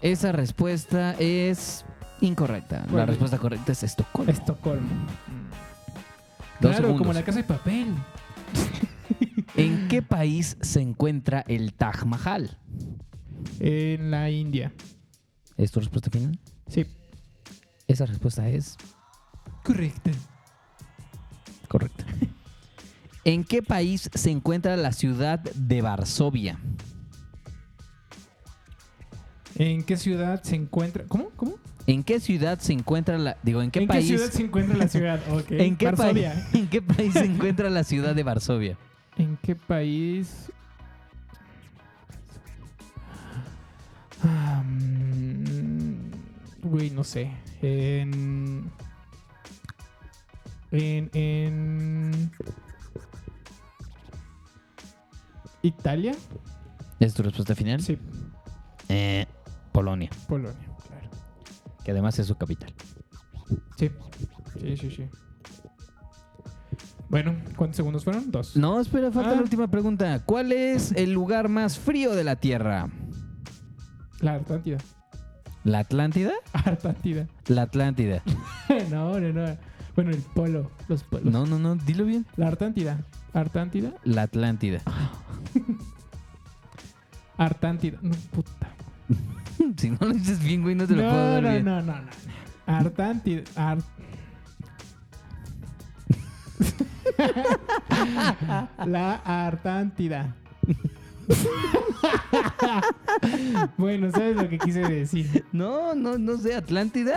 esa respuesta es incorrecta. La
¿Cuál?
respuesta correcta es Estocolmo.
Estocolmo. Mm.
Dos
claro, como
segundos.
la casa de papel.
¿En qué país se encuentra el Taj Mahal?
En la India.
¿Es tu respuesta final?
Sí.
Esa respuesta es
Correcto.
correcta. ¿En qué país se encuentra la ciudad de Varsovia?
¿En qué ciudad se encuentra? ¿Cómo? ¿Cómo?
¿En qué ciudad se encuentra la digo en qué
¿En
país?
qué ciudad se encuentra la ciudad? Ok.
¿En qué
Varsovia.
país? ¿En qué país se encuentra la ciudad de Varsovia?
¿En qué país? Ah, mm, Güey, no sé. En. En. en- ¿Italia?
¿Es tu respuesta final?
Sí,
Eh, Polonia,
Polonia, claro.
que además es su capital.
Sí, sí, sí, sí. Bueno, ¿cuántos segundos fueron? Dos.
No, espera, falta
Ah.
la última pregunta. ¿Cuál es el lugar más frío de la Tierra?
La Atlántida.
¿La Atlántida?
Atlántida.
La Atlántida.
no, no, no. Bueno, el polo. Los polos.
No, no, no, dilo bien.
La Artántida. Artántida.
La Atlántida.
Artántida. No, puta.
Si no lo dices bien, güey, no te lo puedo
No,
dar
no,
bien.
no, no, no. Artántida. Ar- La Artántida. bueno, ¿sabes lo que quise decir?
No, no, no sé, Atlántida.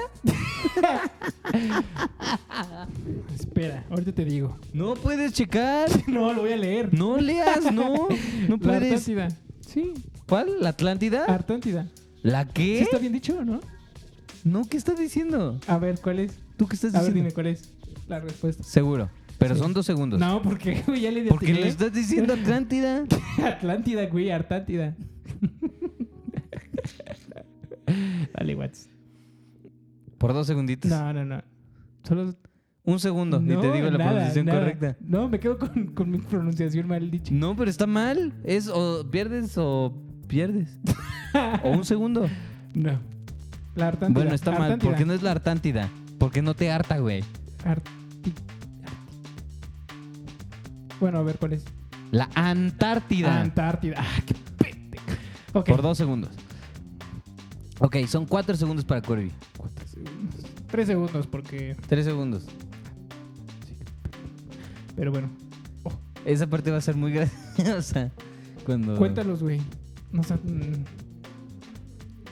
Espera, ahorita te digo.
No puedes checar.
No, lo voy a leer.
No leas, no. No
La
puedes.
Artántida. Sí,
¿Cuál? ¿La Atlántida?
Artántida.
¿La qué?
Sí está bien dicho, ¿no?
No, ¿qué estás diciendo?
A ver, ¿cuál es?
¿Tú qué estás
A ver,
diciendo?
dime cuál es la respuesta.
Seguro. Pero
Sí.
son dos segundos.
No, porque güey, ya le di
Porque le estás diciendo Atlántida.
Atlántida, güey, Artántida. Dale, Watts.
Por dos segunditos.
No, no, no. Solo.
Un segundo y te digo la
nada,
pronunciación
nada.
correcta.
No, me quedo con, con mi pronunciación mal dicha.
No, pero está mal. Es o pierdes o pierdes. o un segundo.
No. La Artántida.
Bueno, está mal.
Artántida.
Porque no es la Artántida. Porque no te harta, güey.
Arti- Bueno, a ver cuál es.
La Antártida.
Antártida. Ah, qué pendejo. Ok.
Por dos segundos. Ok, son cuatro segundos para Kirby.
¿Cuántos segundos? Tres segundos, porque.
Tres segundos.
Pero bueno.
Esa parte va a ser muy graciosa. Cuando...
Cuéntalos, güey. No sé, mm.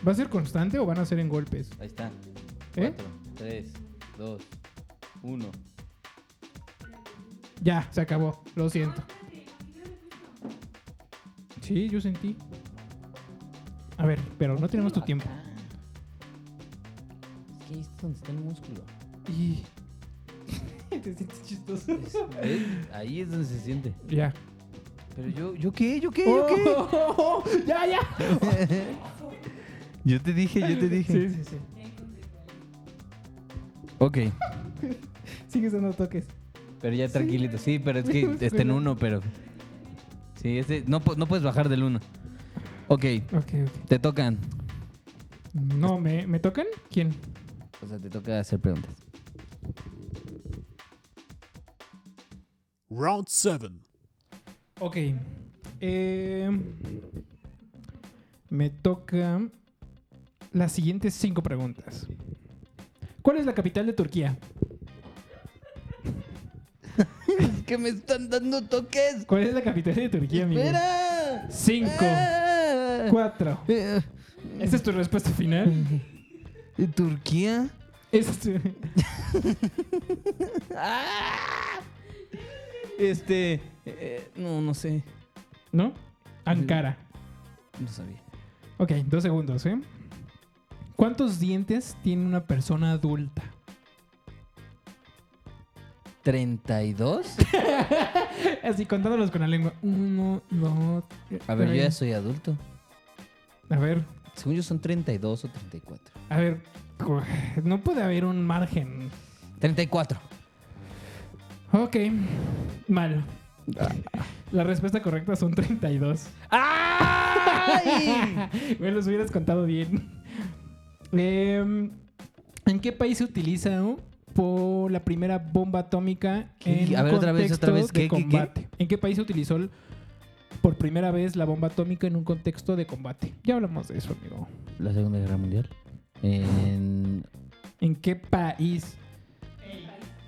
¿Va a ser constante o van a ser en golpes?
Ahí está.
¿Eh?
3, 2, 1.
Ya, se acabó. Lo siento. Sí, yo sentí. A ver, pero no tenemos tu tiempo.
Es que ahí es donde está el músculo.
Y... Te sientes chistoso.
¿Ves? Ahí es donde se siente.
Ya.
Pero yo, ¿yo qué? ¿Yo qué? ¿Yo qué?
Oh, ¡Ya, ya!
Yo te dije, yo te dije.
Sí, sí, sí.
Ok.
Sigues dando toques.
Pero ya tranquilito, sí, pero es que está en uno, pero. Sí, este, no, pu- no puedes bajar del uno. Ok,
Ok, ok.
te tocan.
No, ¿me, ¿me tocan? ¿Quién?
O sea, te toca hacer preguntas.
Round 7.
Ok. Eh, me toca las siguientes cinco preguntas. ¿Cuál es la capital de Turquía?
¡Que me están dando toques!
¿Cuál es la capital de Turquía, Miguel?
¡Espera!
Cinco.
Ah.
Cuatro.
Eh,
¿Esa es tu respuesta final?
eh, ¿Turquía?
Esa es tu-
Ah. Este. eh, no, no sé.
¿No? Ankara.
No sabía.
Ok, dos segundos, ¿eh? ¿Cuántos dientes tiene una persona adulta?
¿32?
Así contándolos con la lengua. Uno, dos.
A ver, yo
tres.
ya soy adulto.
A ver,
Según yo son 32 o 34.
a ver. cu- No puede haber un margen.
34.
Ok, mal. La respuesta correcta son 32.
¡Ay!
Me los hubieras contado bien. Em, ¿En qué país se utiliza ¿no? por la primera bomba atómica
¿Qué?
en
A ver,
un
otra vez, otra
contexto
vez. ¿Qué,
de
qué, qué?
combate? ¿En qué país se utilizó el- por primera vez la bomba atómica en un contexto de combate? Ya hablamos de eso, amigo.
La Segunda Guerra Mundial. En,
¿En qué país?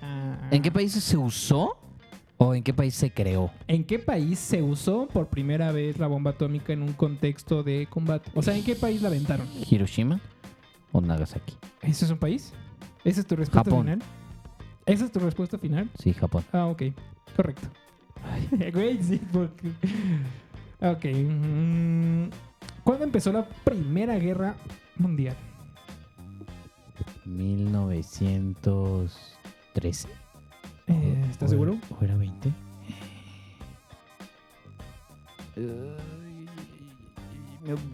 Ah,
¿En qué países se usó o en qué país se creó?
¿En qué país se usó por primera vez la bomba atómica en un contexto de combate? O sea, ¿en qué país la aventaron?
¿Hiroshima o Nagasaki?
¿Ese es un país? ¿Esa es tu respuesta
Japón.
final? ¿Esa es tu respuesta final?
Sí, Japón.
Ah, ok. Correcto. Güey, sí, porque... Ok. mm, ¿Cuándo empezó la Primera Guerra Mundial?
1913.
Eh, ¿Estás
¿O era-
seguro?
¿O era 20?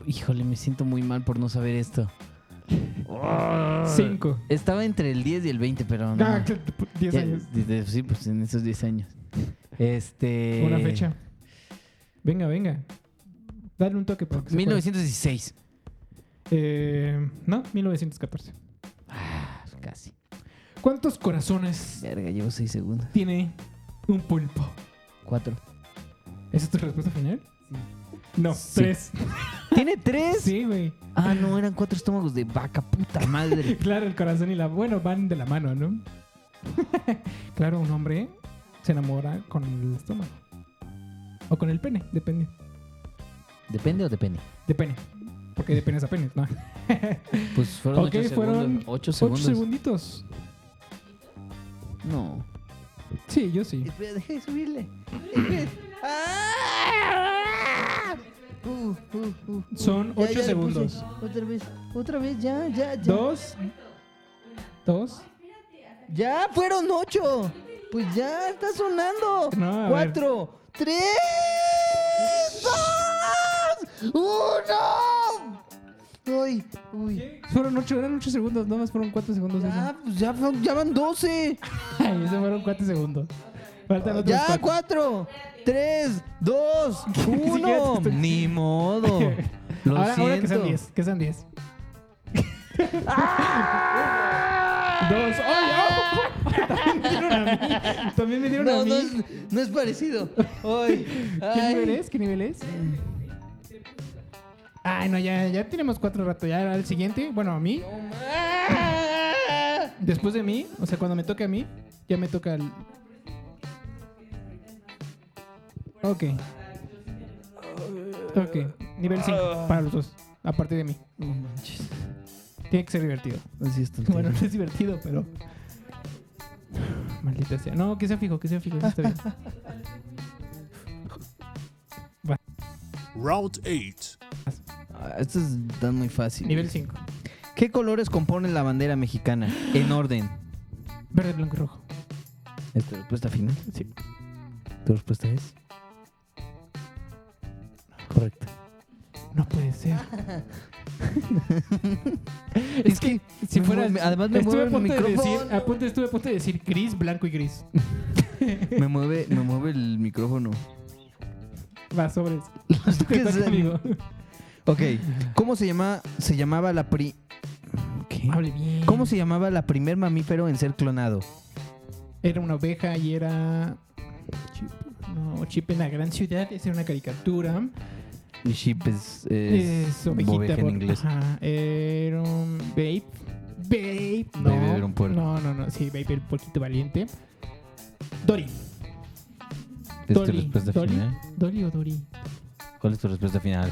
Híjole, me siento muy mal por no saber esto.
Cinco.
Estaba entre el 10 y el 20, pero no.
Ah, cl- p- diez
Ya,
años.
desde- sí, pues en esos 10 años. Este.
Una fecha. Venga, venga. Dale un toque para que se acuerde.
1916.
Eh, no, 1914.
Ah, casi.
¿Cuántos corazones
Verga, llevo 6 segundos.
tiene un pulpo?
4.
¿Esa es tu respuesta final? No,
Sí.
tres.
¿Tiene 3?
Sí, güey.
Ah, no, eran 4 estómagos de vaca, puta madre.
Claro, el corazón y la. Bueno, van de la mano, ¿no? claro, un hombre se enamora con el estómago. O con el pene, depende.
¿Depende o depende?
De pene. Porque de penes a penes, ¿no?
Pues fueron
Ok,
8
fueron
segundos. 8
Ocho
segundos.
segunditos.
No.
Sí, yo sí.
Espera, deja de subirle. Espera. ¡Ah! Uh, uh, uh.
Son
Ya, ya
ocho
le puse.
segundos.
Otra vez, otra vez, ya, ya, ya.
Dos. Dos.
Ya fueron ocho. Pues ya está sonando.
No, a ver.
Cuatro, tres, dos, uno. Uy, uy.
Fueron ocho, eran ocho segundos, no más fueron cuatro segundos.
Ya, pues ya, fue- ya van doce.
eso. Ay, esos fueron cuatro segundos. Faltan otros
Ya cuatro, tres, dos, uno.
estoy-
Ni modo. Lo
ahora, ahora que
siento.
sean diez, que sean diez. Dos. ¡Ay, oh! También me dieron a mí. También me dieron a
No,
mí.
no es, no es parecido. Ay,
¿Qué nivel
ay.
es? ¿Qué nivel es? Ay, no, ya, ya tenemos cuatro rato. Ya era el siguiente. Bueno, a mí. Después de mí, o sea, cuando me toque a mí, ya me toca el. Ok. Ok. Nivel 5 para los dos. Aparte de mí.
No manches.
Tiene que ser divertido.
Así es tontería.
Bueno, no es divertido, pero. Maldita sea. No, que sea fijo, que sea fijo. eso Está bien.
Round 8.
Ah, Estos están muy fáciles.
Nivel 5.
¿Qué colores componen la bandera mexicana? En orden.
Verde, blanco y rojo.
¿Es tu respuesta final? Sí. ¿Tu respuesta es?
correcta.
No puede ser.
Es que
Si
me
fuera.
mueve- además me
estuve
mueve
a
el
punto de
micrófono.
decir- a punto- estuve a punto de decir gris, blanco y gris.
me mueve, me mueve el micrófono.
Va, sobres.
¿Tú
Te
qué
toca,
sabes?
amigo.
Ok, ¿cómo se llama? Se llamaba la pri. ¿Qué?
Hable bien.
¿Cómo se llamaba la primer mamífero en ser clonado?
Era una oveja y era. Chip. No, Chip en la gran ciudad. Esa era una caricatura.
Y sheep es, es
Es ovejita.
oveja en
por-
inglés.
Ajá. Era un Babe. Babe. No.
Babe era un puerco.
No, no, no. Sí, Babe el poquito valiente. Dory.
¿Es tu
Dolly,
respuesta
Dolly,
final?
Dory o Dory.
¿Cuál es tu respuesta final?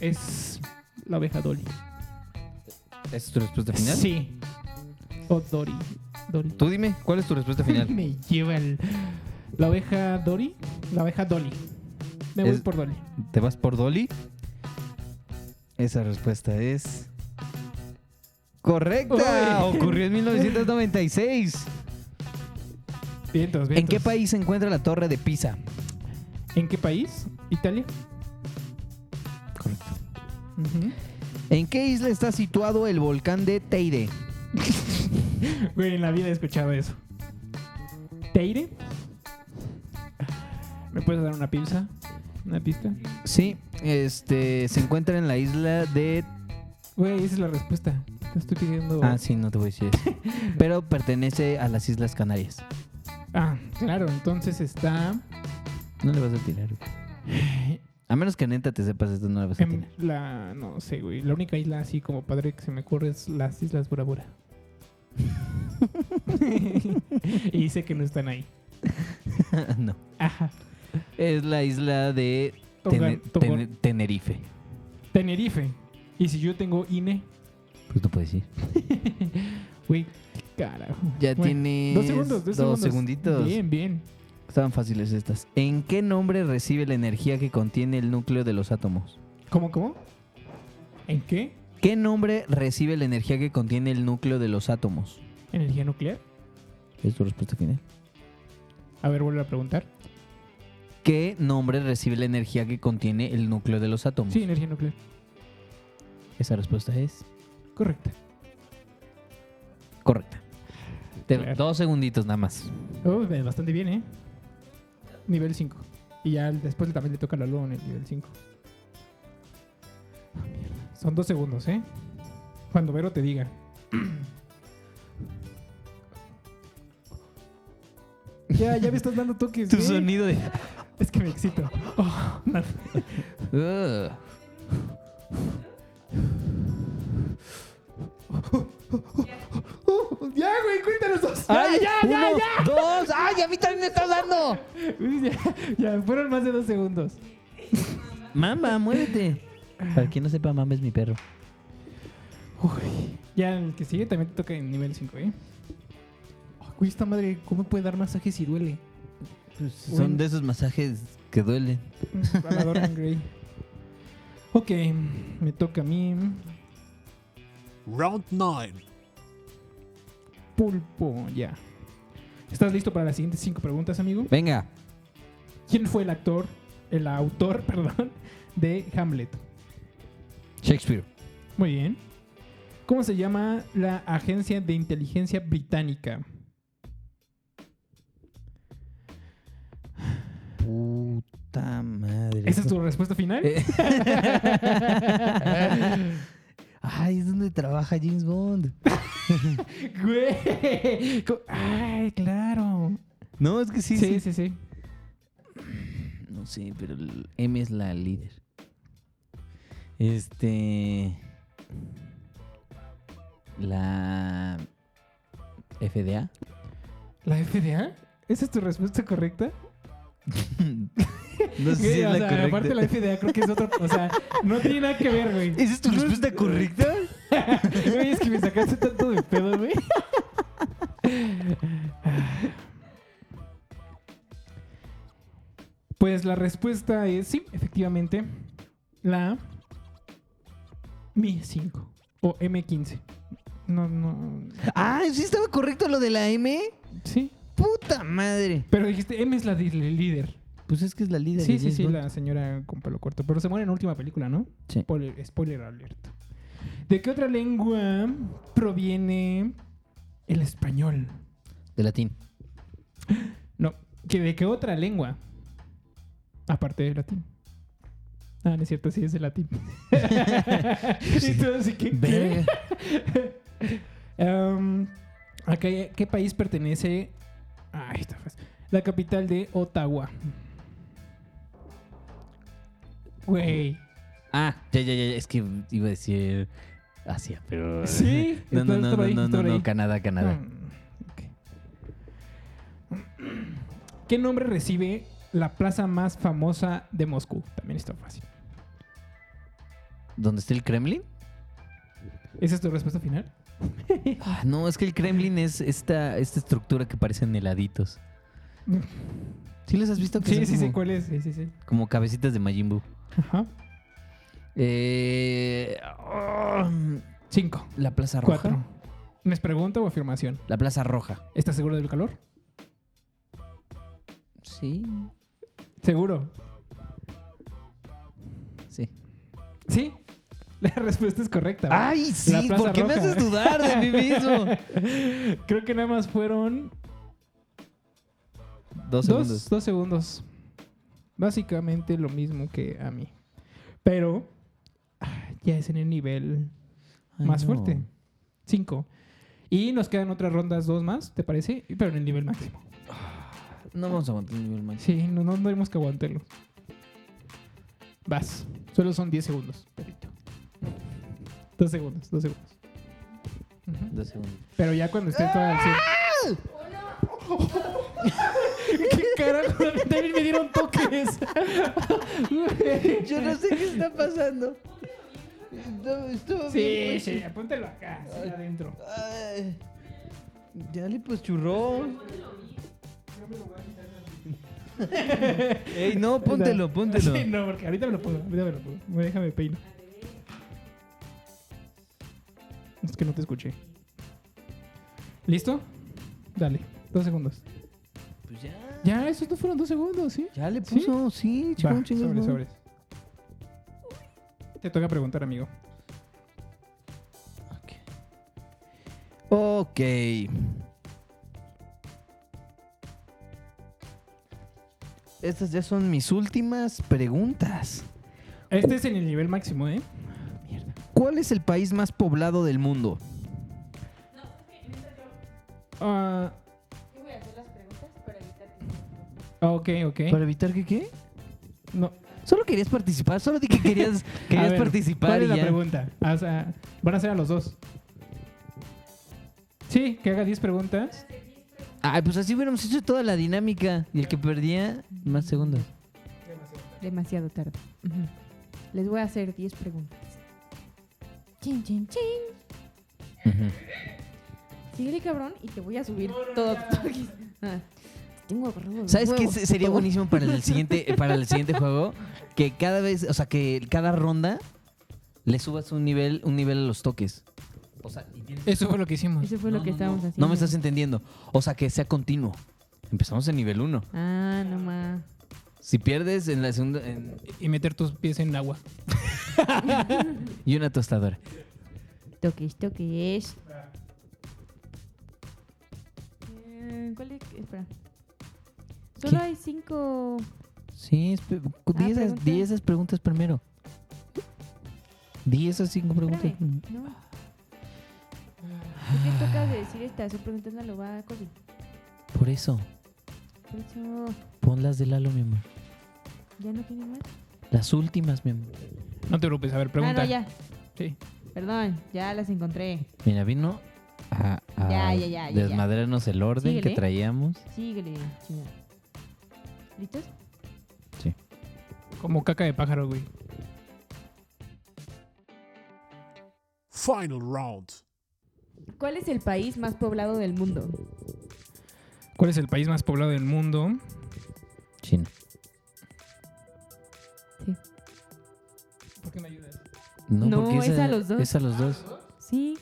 Es la oveja Dolly.
¿Es tu respuesta final?
Sí. O Dory. Dory.
Tú dime, ¿cuál es tu respuesta final?
Me lleva el... La oveja Dory. La oveja Dolly. Me voy
Es-
por Dolly.
¿Te vas por Dolly? Esa respuesta es. ¡Correcta!
Uy.
Ocurrió en 1996.
Vientos,
¿En
vientos.
qué país se encuentra la Torre de Pisa?
¿En qué país? Italia.
Correcto.
Ujú.
¿En qué isla está situado el volcán de Teide?
Güey, en la vida he escuchado eso. ¿Teire? ¿Me puedes dar una pizza? ¿Una pista?
Sí, este se encuentra en la isla de.
Güey, esa es la respuesta. Te estoy pidiendo.
Ah, sí, no te voy a decir. eso. Pero pertenece a las Islas Canarias.
Ah, claro, entonces está
No le vas a tirar. güey. Em. A menos que neta te sepas esto, no le vas a
en
tirar.
la. No sé, güey. La única isla así como padre que se me ocurre es las Islas Bora Bora. y sé que no están ahí.
no.
Ajá.
Es la isla de
Tongan,
Tene-
Tongan.
Tene- Tenerife.
Tenerife. Y si yo tengo INE,
Pues no puedes ir.
güey, carajo.
Ya
Bueno,
tiene
Dos segundos, dos, segundos.
segunditos.
Bien, bien.
Estaban fáciles estas. ¿En qué nombre recibe la energía que contiene el núcleo de los átomos?
¿Cómo, cómo? ¿En qué?
¿Qué nombre recibe la energía que contiene el núcleo de los átomos?
¿Energía nuclear?
Es tu respuesta final.
A ver, vuelvo a preguntar.
¿Qué nombre recibe la energía que contiene el núcleo de los átomos?
Sí, energía nuclear.
Esa respuesta es
Correcta.
correcta. Te-
Claro.
Dos segunditos nada más.
Oh, ve, bastante bien, ¿eh? Nivel 5. Y ya el- después también le toca la luna en el nivel 5. Son dos segundos, ¿eh? Cuando Vero te diga. ya, ya me estás dando toques. güey.
de...
Es que me excito. Oh, no.
Ugh.
Uh, ya, güey, cuéntanos dos. Ya,
¡Ay,
¡Ah, ya, ya,
uno,
ya.
dos! ¡Ay, a mí también me estás dando!
ya. Ya, fueron más de dos segundos.
Mamba, muévete. Para quien no sepa, Mamba es mi perro.
Uy, ya el que sigue también te toca en nivel 5, ¿eh? Ay, Güey, esta madre, ¿cómo puede dar masaje si duele? Pues
Son de esos masajes que duelen.
A la Dorian Gray. Ok, me toca a mí.
Round 9.
Pulpo, ya. ¿Estás listo para las siguientes cinco preguntas, amigo?
Venga.
¿Quién fue el actor, el autor, perdón, de Hamlet?
Shakespeare.
Muy bien. ¿Cómo se llama la agencia de inteligencia británica?
Puta madre.
¿Esa es tu respuesta final?
Eh.
Eh,
Ay, es donde trabaja James Bond.
Güey. Co- Ay, claro.
No, es que
Sí, sí, sí, sí.
No sé, pero el M es la líder. Este. La. FDA.
¿La FDA? ¿Esa es tu respuesta correcta?
No sé si
Güey,
es
o
la
sea,
correcta.
Aparte la FDA creo que es otro... O sea, no tiene nada que ver, güey.
¿Esa es tu respuesta correcta?
Güey, es que me sacaste tanto de pedo, güey. Pues la respuesta es sí, efectivamente. La Mi 5 o M15. No, no.
Ah, sí estaba correcto lo de la M.
Sí.
Puta madre.
Pero dijiste, M es la del líder.
Pues es que es la líder. de
Sí, sí,
James
sí,
Bond.
la señora con pelo corto. Pero se muere en la última película, ¿no?
Sí.
Spoiler, spoiler alert. ¿De qué otra lengua proviene el español?
De latín.
No, ¿que ¿de qué otra lengua? Aparte del latín. Ah, no es cierto, sí es el latín. y tú así que... ¿qué?
Verga.
Em, ¿a qué, qué país pertenece? Ay, está fácil. La capital de Ottawa. Güey.
Ah, ya, ya, ya. ya, Es que iba a decir Asia, pero.
Sí.
No, no,
estás
no,
por ahí,
no, no,
estás por
no,
ahí.
Canadá, Canadá.
Mm, ok. ¿Qué nombre recibe la plaza más famosa de Moscú? También está fácil.
¿Dónde está el Kremlin?
¿Esa es tu respuesta final?
Ah, no, es que el Kremlin es esta, esta estructura que parecen heladitos. ¿Sí los has visto? Que
Sí,
son
sí, sí,
como,
¿cuál es? Sí, sí, sí.
como cabecitas de Majin Buu.
Ajá.
Eh, ah,
Cinco.
la Plaza Roja.
Cuatro. ¿Me es pregunta o afirmación?
La Plaza Roja.
¿Estás seguro del calor?
Sí,
Seguro.
sí.
Sí. La respuesta es correcta.
¡Ay,
La
sí!
Plaza
¿Por qué me
Roja.
haces dudar de mí mismo?
Creo que nada más fueron
Dos
Dos,
segundos.
dos segundos. Básicamente lo mismo que a mí. Pero ah, ya es en el nivel
Ay,
más
no.
fuerte. Cinco. Y nos quedan otras rondas, dos más, ¿te parece? Pero en el nivel máximo.
No vamos a aguantar el nivel máximo.
Sí, no, no tenemos que aguantarlo. Vas. Solo son 10 segundos, perrito. Dos segundos, dos segundos. Ujú.
Dos segundos.
Pero ya cuando estén todas al 100. ¿Qué carajo? A mí También me dieron toques.
Yo no sé qué está pasando.
sí, sí, apúntelo acá, sí, adentro.
ya le pues churrón. Ey, no, póntelo, póntelo.
Sí, no, porque ahorita me lo pongo, ahorita me lo pongo. Me- Déjame peino. Es que no te escuché. ¿Listo? Dale, dos segundos.
Pues ya.
Ya, esos no fueron dos segundos, ¿sí?
Ya le
¿Sí?
puso, sí, chingón,
Va,
chingón,
sobres,
no.
sobres. Te toca preguntar, amigo.
Ok. Estas ya son mis últimas preguntas.
Este es en el nivel máximo, ¿eh? Mierda.
¿Cuál es el país más poblado del mundo?
Ah,
Yo voy a hacer las preguntas para evitar que
ok, ok.
¿Para evitar que qué?
No.
Solo querías participar, solo di que querías,
A
querías
ver,
participar
¿Cuál
y
es la
ya.
pregunta? Ah, O sea, van a ser a los dos. Sí, que haga 10 preguntas.
Ay, pues así hubiéramos hecho toda la dinámica. Y el que perdía, más segundos.
Demasiado tarde. Les voy a hacer 10 preguntas. Chin, chin, chin. Síguele, cabrón, y te voy a subir todos tus toques. Ah, Tengo agarrado los
¿Sabes qué
huevos,
se- sería
puto.
buenísimo para el siguiente, para el siguiente juego? Que cada vez, o sea, que cada ronda le subas un nivel, un nivel a los toques. O sea, y tienes-
Eso fue lo que hicimos.
Eso fue
No,
lo que
no,
estábamos
no.
haciendo.
No me estás entendiendo. O sea, que sea continuo. Empezamos en nivel 1.
Ah, no más.
Si pierdes en la segunda. en-
Y meter tus pies en agua.
y una tostadora.
Toques, toques. Eh, ¿Cuál es? Espera. Solo
¿Qué?
hay 5.
Sí, espe-
Ah,
di, esas,
pregunta.
di esas preguntas primero. Di esas cinco preguntas.
Espérame, no. ¿Por qué tocas de decir esta? Su pregunta no lo va a Cody.
Por eso,
Por eso
pon las de Lalo, mi amor.
ya no tiene más.
Las últimas, mi amor.
No te preocupes, a ver, pregunta.
Ah, no, ya.
Sí.
Perdón, ya las encontré.
Mira, vino a, a
Ya, ya, ya, ya, ya.
desmadrarnos el orden
Síguele.
que traíamos.
Síguele, chingada. ¿Listos?
Como caca de pájaro, güey.
Final round.
¿Cuál es el país más poblado del mundo?
¿Cuál es el país más poblado del mundo?
China.
¿Por qué me ayudas?
No,
No,
porque
es a los dos.
Es a los dos.
Sí.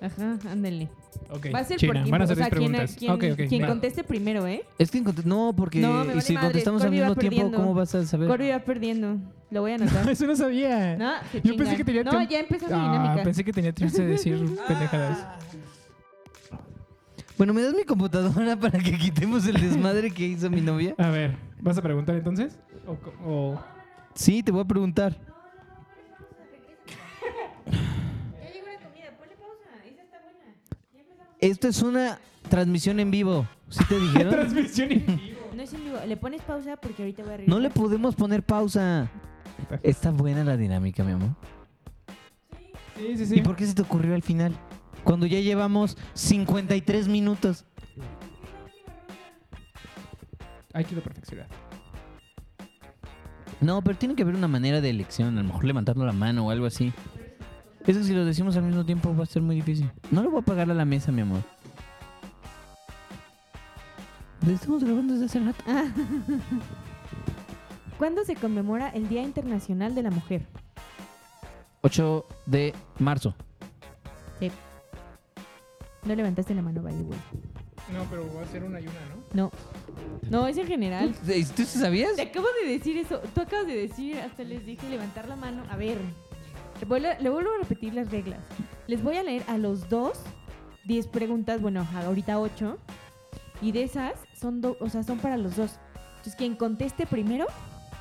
Ajá, ándale.
Ok, Ok,
Va a ser
China.
por tiempo.
Van a ser
o sea,
10
quien,
preguntas.
quien-
Ok, ok,
quien
va.
conteste primero, ¿eh?
Es que encontré- no, porque
No, me vale
y si
madre,
contestamos al
Corby va
mismo tiempo,
perdiendo.
¿cómo vas a saber?
Corby va perdiendo. Lo voy a anotar.
Eso no sabía.
No, se
Yo
chingan.
pensé que tenía
No,
tiempo.
ya empezó su
Ah,
dinámica. Ah.
pensé que tenía chance de decir pendejadas.
Bueno, ¿me das mi computadora para que quitemos el desmadre que hizo mi novia?
A ver, ¿vas a preguntar entonces? O, co- o-
Sí, te voy a preguntar.
Ya llegó la comida. Ponle pausa. Esa está buena.
Esto es una transmisión en vivo. ¿Sí te dijeron?
Transmisión en vivo.
No es en vivo. Le pones pausa porque ahorita voy a regresar.
No le podemos poner pausa. Está buena la dinámica, mi amor.
Sí, sí, sí.
¿Y por qué se te ocurrió al final? Cuando ya llevamos 53 minutos.
Hay que lo perfeccionar.
No, pero tiene que haber una manera de elección. A lo mejor levantando la mano o algo así. Eso si lo decimos al mismo tiempo va a ser muy difícil. No le voy a pagar a la mesa, mi amor. Lo estamos grabando desde hace rato.
¿Cuándo se conmemora el Día Internacional de la Mujer?
8 de marzo.
No levantaste la mano, by the way.
No, pero voy a hacer una y una, ¿no?
No. No, es en general.
¿Tú sí sabías?
Te acabo de decir eso. Tú acabas de decir, hasta les dije levantar la mano. A ver, le vuelvo, le vuelvo a repetir las reglas. Les voy a leer a los dos 10 preguntas, bueno, ahorita 8. Y de esas son, do- o sea, son para los dos. Entonces, quien conteste primero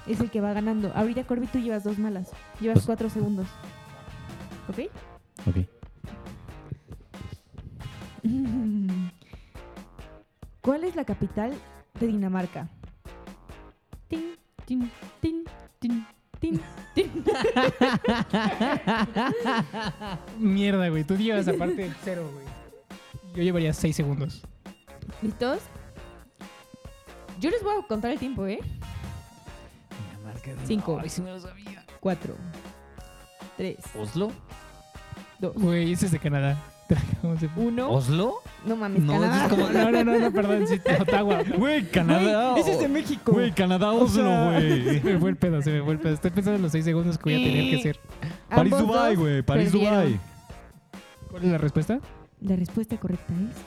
es el que va ganando. Ahorita, Corby, tú llevas dos malas. Llevas
Pues-
cuatro segundos. ¿Ok?
Ok.
¿Cuál es la capital de Dinamarca? Tin, tin, tin, tin, tin, tin.
Mierda, güey. Tú llevas aparte cero, güey. Yo llevaría seis segundos.
¿Listos? Yo les voy a contar el tiempo, ¿eh? Cinco.
Ay, sí me lo sabía.
Cuatro. Tres.
¿Oslo?
Dos.
Güey, ese es de Canadá. Te la acabamos de-
Uno.
¿Oslo?
No mames,
No,
Canadá.
es como-
No, no, no, no, perdón. Sí, Ottawa.
Güey, Oh,
Güey, ese es de México.
Canadá,
O sea, Se me fue el pedo, se me fue el pedo. Estoy pensando en los seis segundos que voy a tener que hacer.
Ambos
París, Dubai,
dos
güey. París,
perdieron.
Dubai.
¿Cuál es la respuesta?
La respuesta correcta es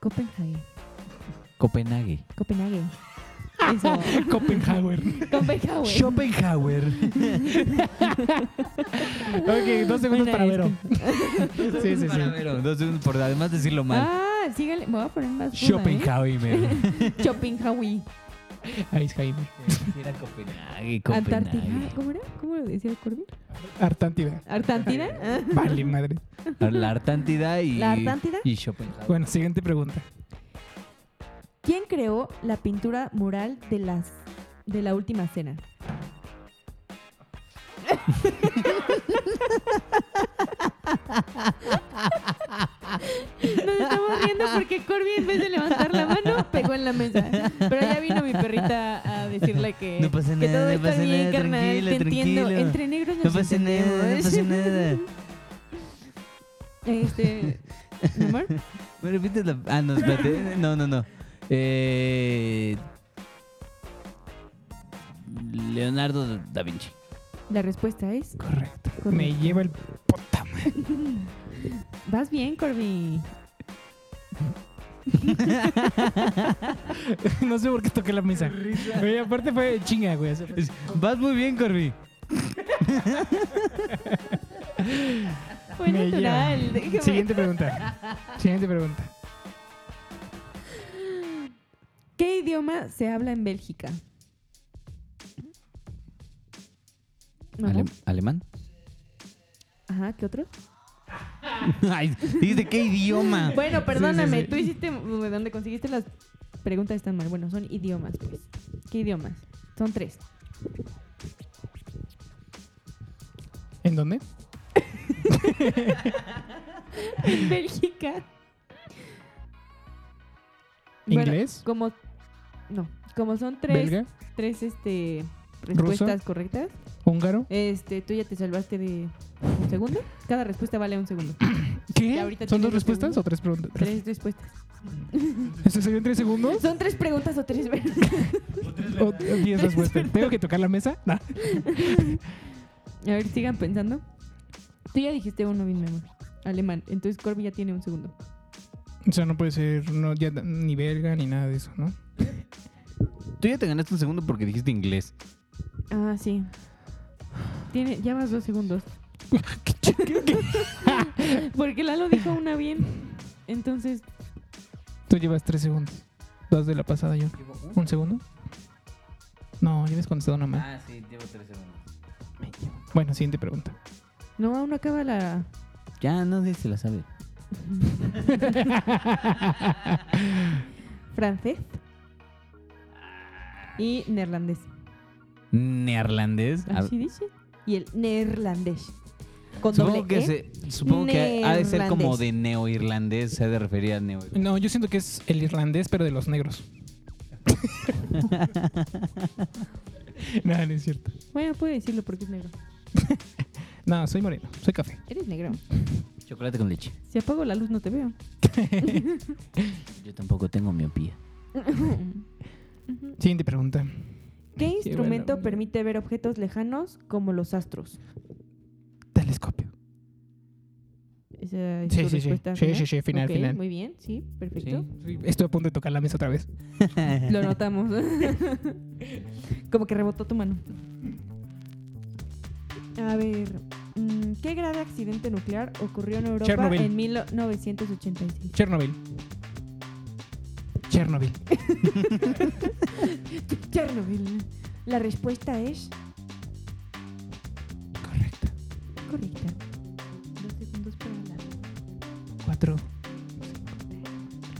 Copenhague.
Copenhague.
Copenhague. Eso.
Copenhague.
Copenhague.
Pues.
Schopenhauer.
Ok, dos segundos
Buena
para
esta.
Vero. Sí, sí, sí.
Entonces, por además decirlo mal.
Ah, síganle. Me voy a poner más ¿eh? ruda, ¿eh?
Schopenhauer.
Schopenhauer.
Ahí es Jaime.
Era Copenhague,
Antártida. ¿Cómo era? ¿Cómo lo decía el Corbin?
Artántida.
¿Artántida? Ah.
Vale, madre.
La Artántida y.
¿La Artántida?
Y Schopenhauer.
Bueno, siguiente pregunta.
¿Quién creó la pintura mural de las de la última cena? Nos estamos riendo porque Corby en vez de levantar la mano pegó en la mesa. Pero ya vino mi perrita a decirle que,
No pasa
que
nada,
todo
no
está
pasa
bien,
nada,
carnal.
tranquilo,
te entiendo.
tranquilo.
Entre negros nos
No pasa nada, no
entendemos.
pasa nada.
Este, mi amor,
¿Me repites la.? Ah, no, espérate. No, no, no. Eh. Leonardo da Vinci.
la respuesta es
Correcto.
correcta.
Me lleva el puta madre.
Vas bien, Corby.
No sé por qué toqué la mesa. Güey, aparte fue chinga, güey. O sea, fue-
Vas muy bien, Corby.
Fue
me
natural.
lleva.
déjame.
Siguiente pregunta. Siguiente pregunta.
¿Qué idioma se habla en Bélgica? Ajá.
¿Alemán?
Ajá, ¿qué otro?
Ay, dijiste qué idioma.
Bueno, perdóname,
Ah, sí, sí.
tú hiciste de dónde conseguiste las preguntas están mal. Bueno, son idiomas, pues. ¿Qué idiomas? Son tres.
¿En dónde?
En Bélgica. Bueno,
¿Inglés?
como no, como son tres,
¿Belga?
tres este respuestas correctas.
¿Húngaro?
Este, tú ya te salvaste de un segundo. Cada respuesta vale un segundo. Ya
¿Qué?
ahorita
¿Son dos
tiene dos
respuestas
segundos.
o tres preguntas?
Tres respuestas.
¿Eso se dio en tres segundos?
Son tres preguntas o tres veces.
¿O diez respuestas? ¿Tengo que tocar la mesa? No.
A ver, sigan pensando. Tú ya dijiste uno bien, mi amor. Alemán. Entonces Corby ya tiene un segundo.
O sea, no puede ser no, ya, ni belga ni nada de eso, ¿no?
Tú ya te ganaste un segundo porque dijiste inglés.
Ah, sí. Tiene, ya vas dos segundos. Porque Lalo dijo una bien. Entonces,
Tú llevas tres segundos. Dos de la pasada yo. ¿Un segundo? No, ya habías contestado una
Ah.
más.
Ah,
sí, llevo tres segundos.
Bueno, siguiente pregunta.
no, aún no acaba la.
Ya, no sé si la sabe.
Francés. Y neerlandés.
Neerlandés. A-
Así dice. Y el neerlandés. Con
Supongo
doble
que,
E.
se- supongo que ha de ser como
Neerlandés.
de neoirlandés, se ha de referir a neo
No, yo siento que es el irlandés, pero de los negros. no, no es cierto.
Bueno, puede decirlo porque es negro.
No, soy moreno, soy café.
Eres negro.
Chocolate con leche.
Si apago la luz no te veo.
Yo tampoco tengo miopía.
Siguiente pregunta.
¿Qué
Qué
instrumento
bueno.
permite ver objetos lejanos como los astros?
Telescopio.
Esa es
Sí,
tu
sí, sí.
respuesta
Sí, sí, sí, final,
Ok,
final.
Muy bien, sí,
Sí,
perfecto.
sí, Estoy a punto de tocar la mesa otra vez.
Lo notamos. Como que rebotó tu mano. A ver, mm, ¿qué grave accidente nuclear ocurrió en Europa
Chernobyl.
en 1986?
Chernobyl. Chernobyl.
Chernobyl. La respuesta es
Correcto.
correcta. Dos segundos para la
Cuatro.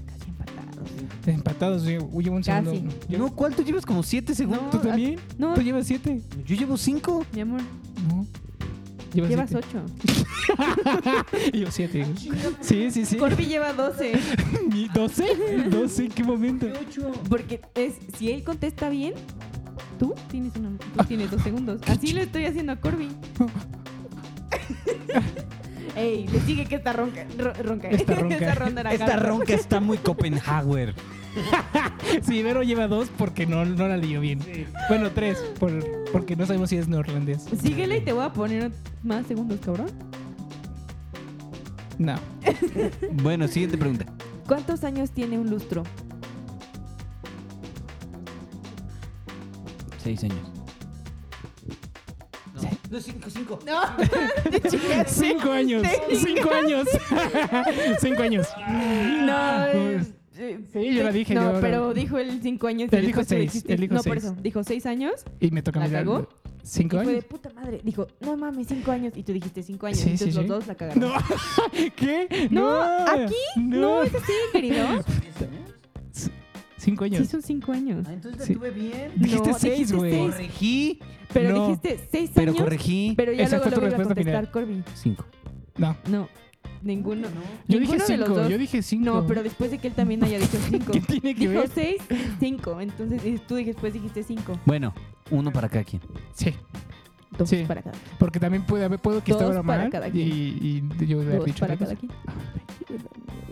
casi empatados.
Empatados. Yo yo llevo un
Casi.
segundo. Yo-
No, ¿cuál? Tú llevas como siete segundos.
¿Tú también?
No, ah,
¿Tú llevas siete?
Pues Yo llevo cinco.
mi amor,
No.
llevas
siete.
ocho.
Y yo siete. Sí, sí, sí.
Corby lleva 12.
¿Y 12? ¿12 en qué momento?
Porque es, si él contesta bien, tú tienes, una, tú tienes dos segundos. Así lo estoy haciendo a Corby. Ey, le sigue que esta ronca. ro- ronca.
Esta ronca.
Esta ronda era
Esta
cara.
ronca está muy Copenhague.
Sí, Vero lleva 2 porque no, no la leyó bien. Bueno, 3 porque no sabemos si es neerlandés.
Síguele y te voy a poner más segundos, cabrón.
No.
Bueno, siguiente pregunta.
¿Cuántos años tiene un lustro?
Seis años.
No, te chingaste.
5 años. 5 años. 5 años.
No, es- eh,
Sí, yo la dije,
No,
yo la-
pero dijo el cinco años. y
Él dijo
después tú
seis,
dijiste-
él dijo
No, por
seis.
eso. Dijo seis años.
Y me toca
¿La
mirar.
cagó?
5
Y fue de
años.
puta madre. Dijo, no mames, cinco años. Y tú dijiste cinco años.
Sí, sí,
entonces los
sí.
dos la cagaron.
No. ¿Qué?
No, aquí no, es así, querido.
5
Sí,
años.
son cinco años.
Ah,
entonces
Sí.
tuve bien.
Dijiste
No,
6,
dijiste
güey.
seis.
Corregí,
Pero
No.
dijiste seis
pero
años.
corregí.
Pero ya
Esa
luego
fue
lo
tu
iba a
respuesta
contestar Corby.
Cinco.
No.
No, ninguno.
Yo
Ninguno
dije
de los
5.
dos.
Yo dije 5.
No, pero después de que él también haya dicho cinco.
¿Qué tiene que
dijo
ver?
seis, cinco. Entonces y tú después dijiste cinco.
Bueno, uno para cada quien.
Sí.
Dos
Sí.
para cada.
Porque también puede haber, puedo que
Dos
estaba
para
mal
cada
y,
quien.
y yo hubiera
Dos
dicho
para
otra
cada quien.
cosa.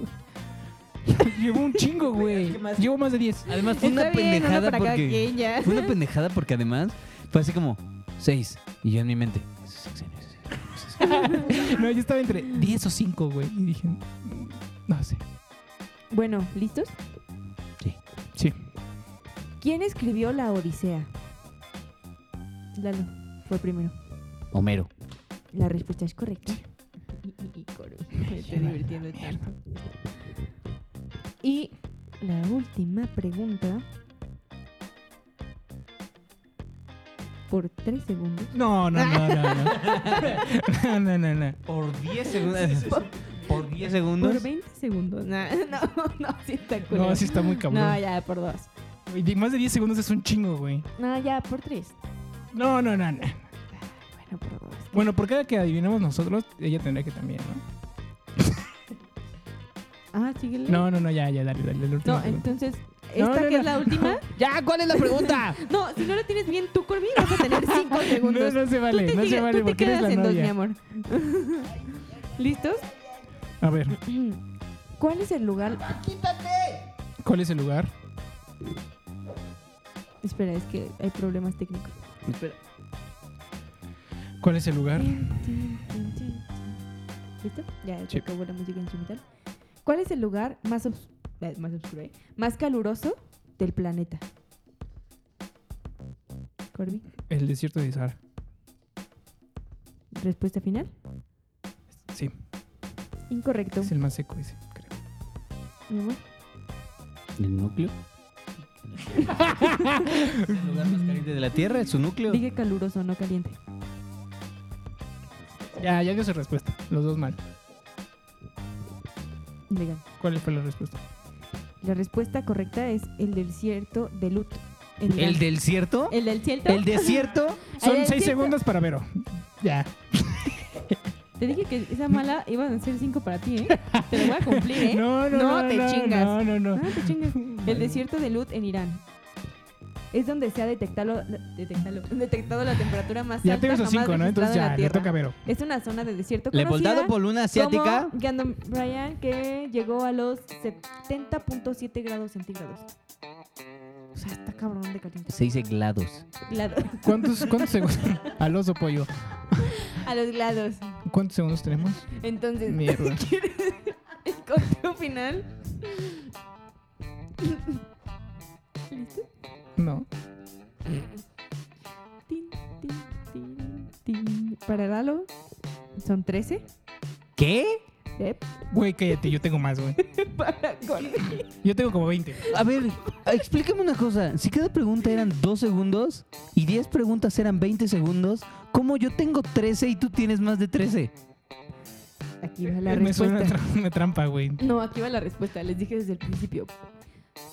Llevo un chingo, güey. Llevo más de 10.
Además, fue
Está
una
bien, uno
pendejada
para cada
porque.
quien ya.
Fue una pendejada porque además fue así como seis. Y yo en mi mente. seis años, seis años, seis años.
No, yo estaba entre 10 o 5, güey. Y dije, mm, no sé.
Bueno, ¿listos?
Sí.
¿Quién escribió la Odisea? Lalo, fue primero.
Homero.
La respuesta es correcta. Y, y- y coro. Me estoy divirtiendo tanto. Y la última pregunta. Por tres segundos.
No, no, no, no. No, no, no. no, no.
Por 10 segundos. Por 10
Por
segundos.
20 segundos. Nah, no, no, sí está cool.
No, así está muy cabrón.
no, ya, por dos.
Y de- Más de 10 segundos es un chingo, güey.
No, ya, por tres.
No, no, no, no.
Bueno, por dos.
Bueno, por cada que adivinemos nosotros, ella tendrá que también, ¿no?
Ah, síguele.
No, no, no, ya, ya, dale, dale. La última
No,
pregunta.
entonces,
No,
¿esta
no,
que
no.
es la última?
¡Ya! ¿Cuál es la pregunta?
No, si no la tienes bien tú, Corby, vas a tener cinco segundos.
No, no se
tú
vale,
te,
no se
sigas-
vale
tú te
porque eres
quedas
la
en dos, mi
novia.
amor. ¿Listos?
A ver,
¿Cuál es el lugar?
¿cuál es el lugar?
Espera, es que hay problemas técnicos.
¿Cuál es el lugar?
¿Listo? Ya se
Sí.
acabó la música instrumental. ¿Cuál es el lugar más, obs- eh, más, obscuro, eh? más caluroso del planeta? Corby,
El desierto de Sahara.
respuesta final.
Sí,
Incorrecto.
es el más seco ese, creo.
Mi amor.
¿El núcleo? el lugar más caliente de la Tierra es su núcleo.
Dije caluroso, no caliente.
Ya, ya dio su respuesta. Los dos mal.
Vegan.
¿Cuál fue la respuesta?
La respuesta correcta es el desierto de Lut. en
¿El
Irán.
del cierto?
¿El desierto?
¿El desierto?
Son seis
El desierto.
segundos para Vero. Ya.
Te dije que esa mala iban a ser cinco para ti, ¿eh? Te lo voy a cumplir, ¿eh?
No, no, no.
te chingas.
No, no, no.
Ah, te chingas. El desierto de Lut en Irán. Es donde se ha detectado, detectalo- detectado la temperatura más
Ya
alta
tienes los
jamás
cinco, ¿no?
registrada
Entonces
en la
ya, le
Tierra.
toca a Vero.
Es una zona de desierto
¿Le
conocida
voltado por luna asiática?
como Gandon Bryan, que llegó a los 70.7 grados centígrados. O sea, está cabrón de caliente.
Se dice glados.
Glado-
¿Cuántos, cuántos segundos? Al oso pollo.
a los glados.
¿Cuántos segundos tenemos?
Entonces,
Mierda.
¿quieres el conteo final? ¿Listo?
No.
Tin, tin, tin, tin. Para Lalo son 13.
¿Qué?
Yep.
Güey, cállate, yo tengo más, güey.
Para Corby.
Yo tengo como 20.
A ver, explícame una cosa. Si cada pregunta eran dos segundos y 10 preguntas eran 20 segundos, ¿cómo yo tengo 13 y tú tienes más de 13?
Aquí va la
me suena
respuesta.
tra- me trampa, güey.
No, aquí va la respuesta. Les dije desde el principio.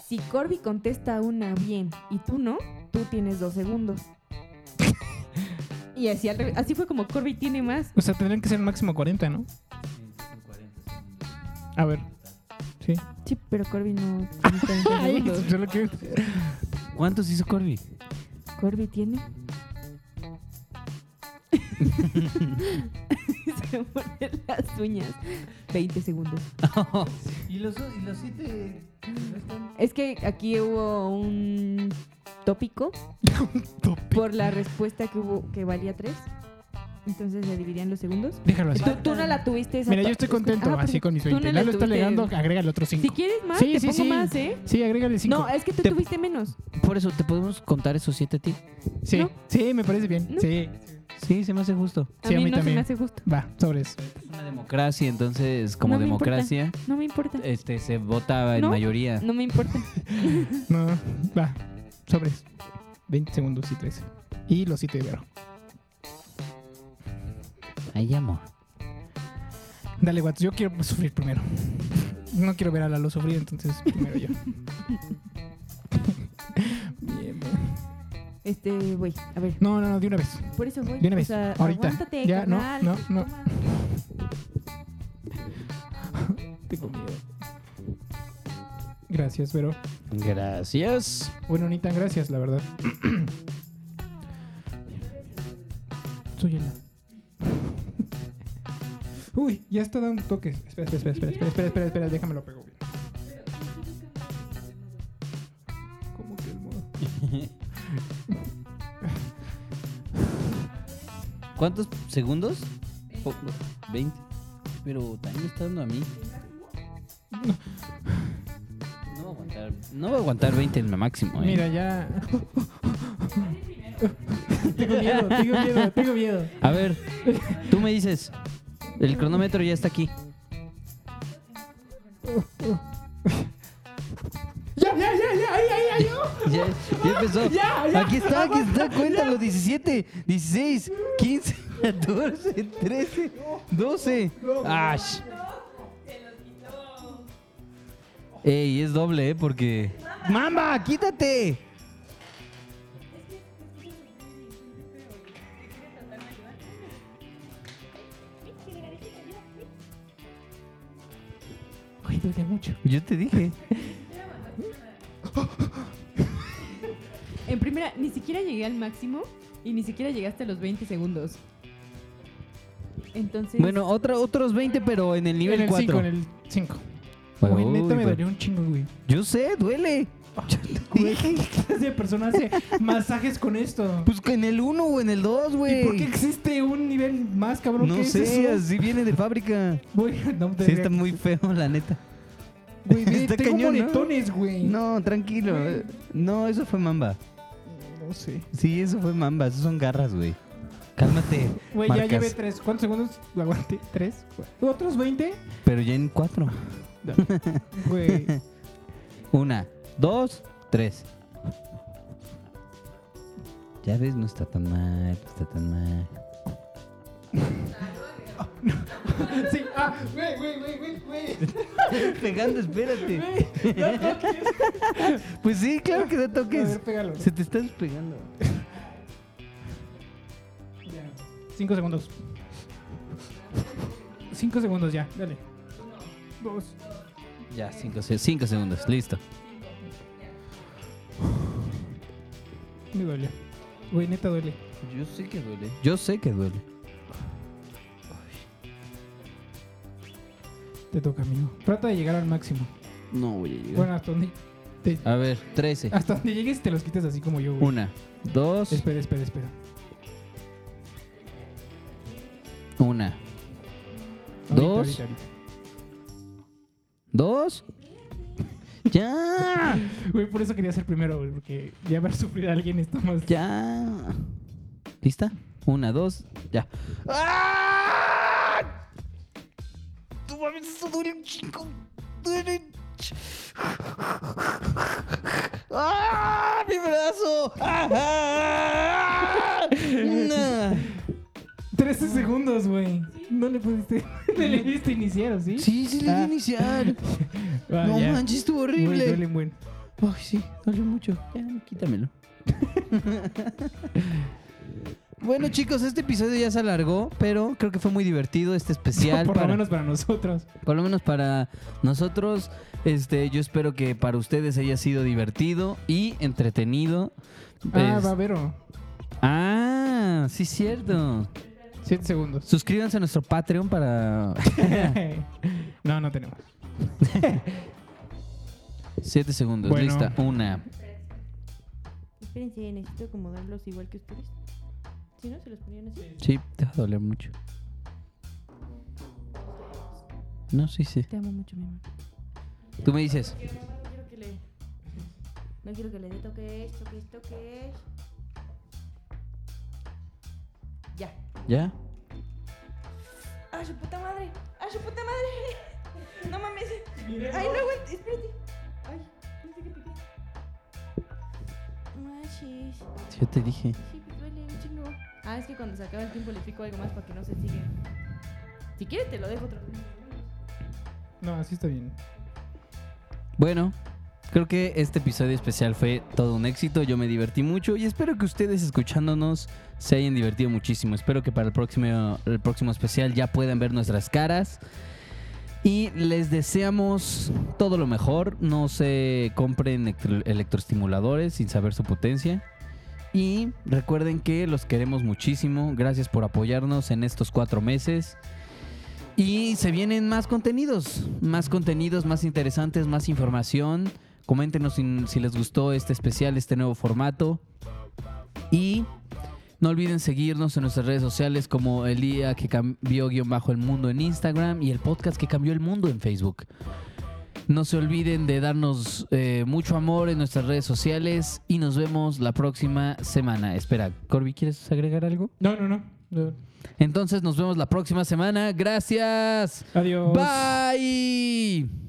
Si Corby contesta una bien y tú no, tú tienes dos segundos. Y así, al revés. así fue como Corby tiene más.
O sea, tendrían que ser máximo 40, ¿no? A ver. Sí.
Sí, pero Corby no tiene 40 segundos.
Solo que-
¿Cuántos hizo Corby?
Corby tiene. Se muerde las uñas. 20 segundos.
¿Y los 7?
Es que aquí hubo un tópico por la respuesta que hubo que valía 3. Entonces se dividían los segundos.
Déjalo así.
Tú, tú no la tuviste esa
Mira, yo
pa-
estoy contento
Ah,
así
pero
con mis
tú no
20.
la
Lalo está
tuviste.
alegando, agrégale otros
Si
5.
quieres más,
Sí,
te
sí,
pongo
sí.
más, ¿eh?
Sí, agrégale 5.
No, es que tú
Te-
tuviste menos.
Por eso, ¿te podemos contar esos 7 a ti?
sí,
no.
sí, me parece bien.
No.
Sí,
Sí, se me hace justo.
A
Sí,
mí, no se me hace justo.
Va, sobres.
Es una democracia, entonces, como
No me importa.
democracia,
No me importa.
Eh.
este se vota en
No.
mayoría.
No me importa.
No, va, sobres. 20 segundos y 13. Y los 7 de Vero.
Ay, amor.
Dale, Watts, yo quiero sufrir primero. No quiero ver a Lalo sufrir, entonces primero yo. Bien, bien.
Este, güey, a ver.
No, no, no, de una vez.
Por eso voy.
De una vez,
O sea,
ahorita.
aguántate,
Ya, no,
carnal.
no, no.
Toma.
Tengo miedo. Gracias, Vero.
Gracias.
Bueno, ni tan gracias, la verdad. Soy el. Uy, ya está dando toques. Espera, espera, espera, espera, espera, espera, espera, déjame lo pego bien. ¿Cómo que el modo?
¿Cuántos segundos? Po- 20. Pero también me está dando a mí. No va a aguantar, no va a aguantar 20 en lo máximo, ¿eh?
Mira, ya. tengo miedo, tengo miedo, tengo miedo.
A ver, tú me dices, el cronómetro ya está aquí.
Ya, ya, ya, ya, ahí, ahí, ahí. oh.
Ya, ya empezó. Aquí está, aquí está, cuéntalo. 17, 16, 15, 14, 13, 12. ¡Ash! Ey, es doble, ¿eh? Porque... ¡Mamba, quítate!
Uy, duele mucho.
Yo te dije.
En primera, ni siquiera llegué al máximo y ni siquiera llegaste a los 20 segundos. Entonces,
Bueno, otra, otros 20, pero en el
En
nivel
el 5,
4.
en el 5.
Uy,
Güey, neta me
güey.
dolió un chingo, güey.
Yo sé, duele. Yo te dije.
clase de persona hace masajes con esto?
Pues que en el 1 o en el 2,
¿Y
güey.
por qué existe un nivel más cabrón
No
que
sé,
ese?
así viene de fábrica.
Voy, no,
Sí, está muy feo, la neta.
Güey, ve,
Está
tengo
cañón, ¿no?
moretones, güey.
No, tranquilo. eh. No, eso fue mamba.
No sé.
Sí, eso fue mamba. Eso son garras, güey. Cálmate.
Güey, ya
marcas.
llevé tres. ¿Cuántos segundos lo aguanté? ¿Tres? ¿Otros 20?
Pero ya en cuatro.
Güey.
Una, dos, tres. Ya ves, no está tan mal, no está tan mal.
Sí, ah, güey, güey, güey, güey, güey.
Pegando, espérate.
Güey, no toques.
Pues sí, claro que no
A
toques.
ver, pégalo.
Se te está despegando.
Ya. Cinco segundos. Cinco segundos ya, dale. Dos.
Ya, cinco, se- cinco segundos, listo.
Me duele. Güey, neta duele.
Yo sé que duele. Yo sé que duele.
Te toca, amigo. Trata de llegar al máximo.
No voy a llegar.
Bueno, hasta donde, te-
A ver, trece.
hasta donde llegues te los quites así como yo, güey.
Una, dos,
Espera, espera, espera.
una,
Ahorita,
Dos.
ahorita, ahorita.
dos. Ya,
Güey, por eso quería ser primero, güey, porque ya ver sufrir a alguien está más...
ya. ¿Lista? Una, dos, ya. ¡Ah! ¡Tú mames, eso duele un chingo! ¡Duele! un ch- ¡Ah! ¡Mi brazo! ¡Ah! ¡Ah!
13 segundos, güey. No le pudiste... no le diste iniciar, ¿o ¿sí?
Sí, sí, le di iniciar.
Ah,
no
ya.
manches, estuvo
Güey,
horrible.
duele un buen.
Ay, sí, dolió mucho. Ya, quítamelo. bueno, chicos, este episodio ya se alargó, pero creo que fue muy divertido este especial.
Por
para,
lo menos para nosotros.
por lo menos para nosotros. Este, yo espero que para ustedes haya sido divertido y entretenido.
Ah,
Es-
va, Vero.
ah, sí, cierto.
Siete segundos.
Suscríbanse a nuestro Patreon para
no, no tenemos.
siete segundos.
Bueno.
Lista, una.
Espérense, necesito acomodarlos igual que ustedes. Si no, se los ponían así.
Sí, te va a doler mucho. No, sí, sí.
Te amo mucho, mi amor.
Tú me dices.
No quiero que le... No quiero que le dé toques, toques, toques. Ya.
¿Ya?
¡Ah, su puta madre! ¡Ah, su puta madre! ¡No mames! ¡Ay, no, güey! ¡Espérate! ¡Ay! No sé qué piqué. ¡Machis!
Yo te dije.
Sí, pues duele un chingo. Ah, es que cuando se acaba el tiempo le pico algo más para que no se siga. Si quieres te lo dejo otro.
No, así está bien.
Bueno, creo que este episodio especial fue todo un éxito. Yo me divertí mucho y espero que ustedes escuchándonos se hayan divertido muchísimo. Espero que para el próximo, el próximo especial ya puedan ver nuestras caras. Y les deseamos todo lo mejor. No se compren electro- electroestimuladores sin saber su potencia. Y recuerden que los queremos muchísimo. Gracias por apoyarnos en estos cuatro meses. Y se vienen más contenidos, más contenidos, más interesantes, más información. Coméntenos si, si les gustó este especial, este nuevo formato. Y no olviden seguirnos en nuestras redes sociales como el día que cambió guión bajo el mundo en Instagram y el podcast que cambió el mundo en Facebook. No se olviden de darnos eh, mucho amor en nuestras redes sociales y nos vemos la próxima semana. Espera, Corby, ¿quieres agregar algo?
No, no, no. no.
Entonces nos vemos la próxima semana. Gracias.
Adiós.
Bye.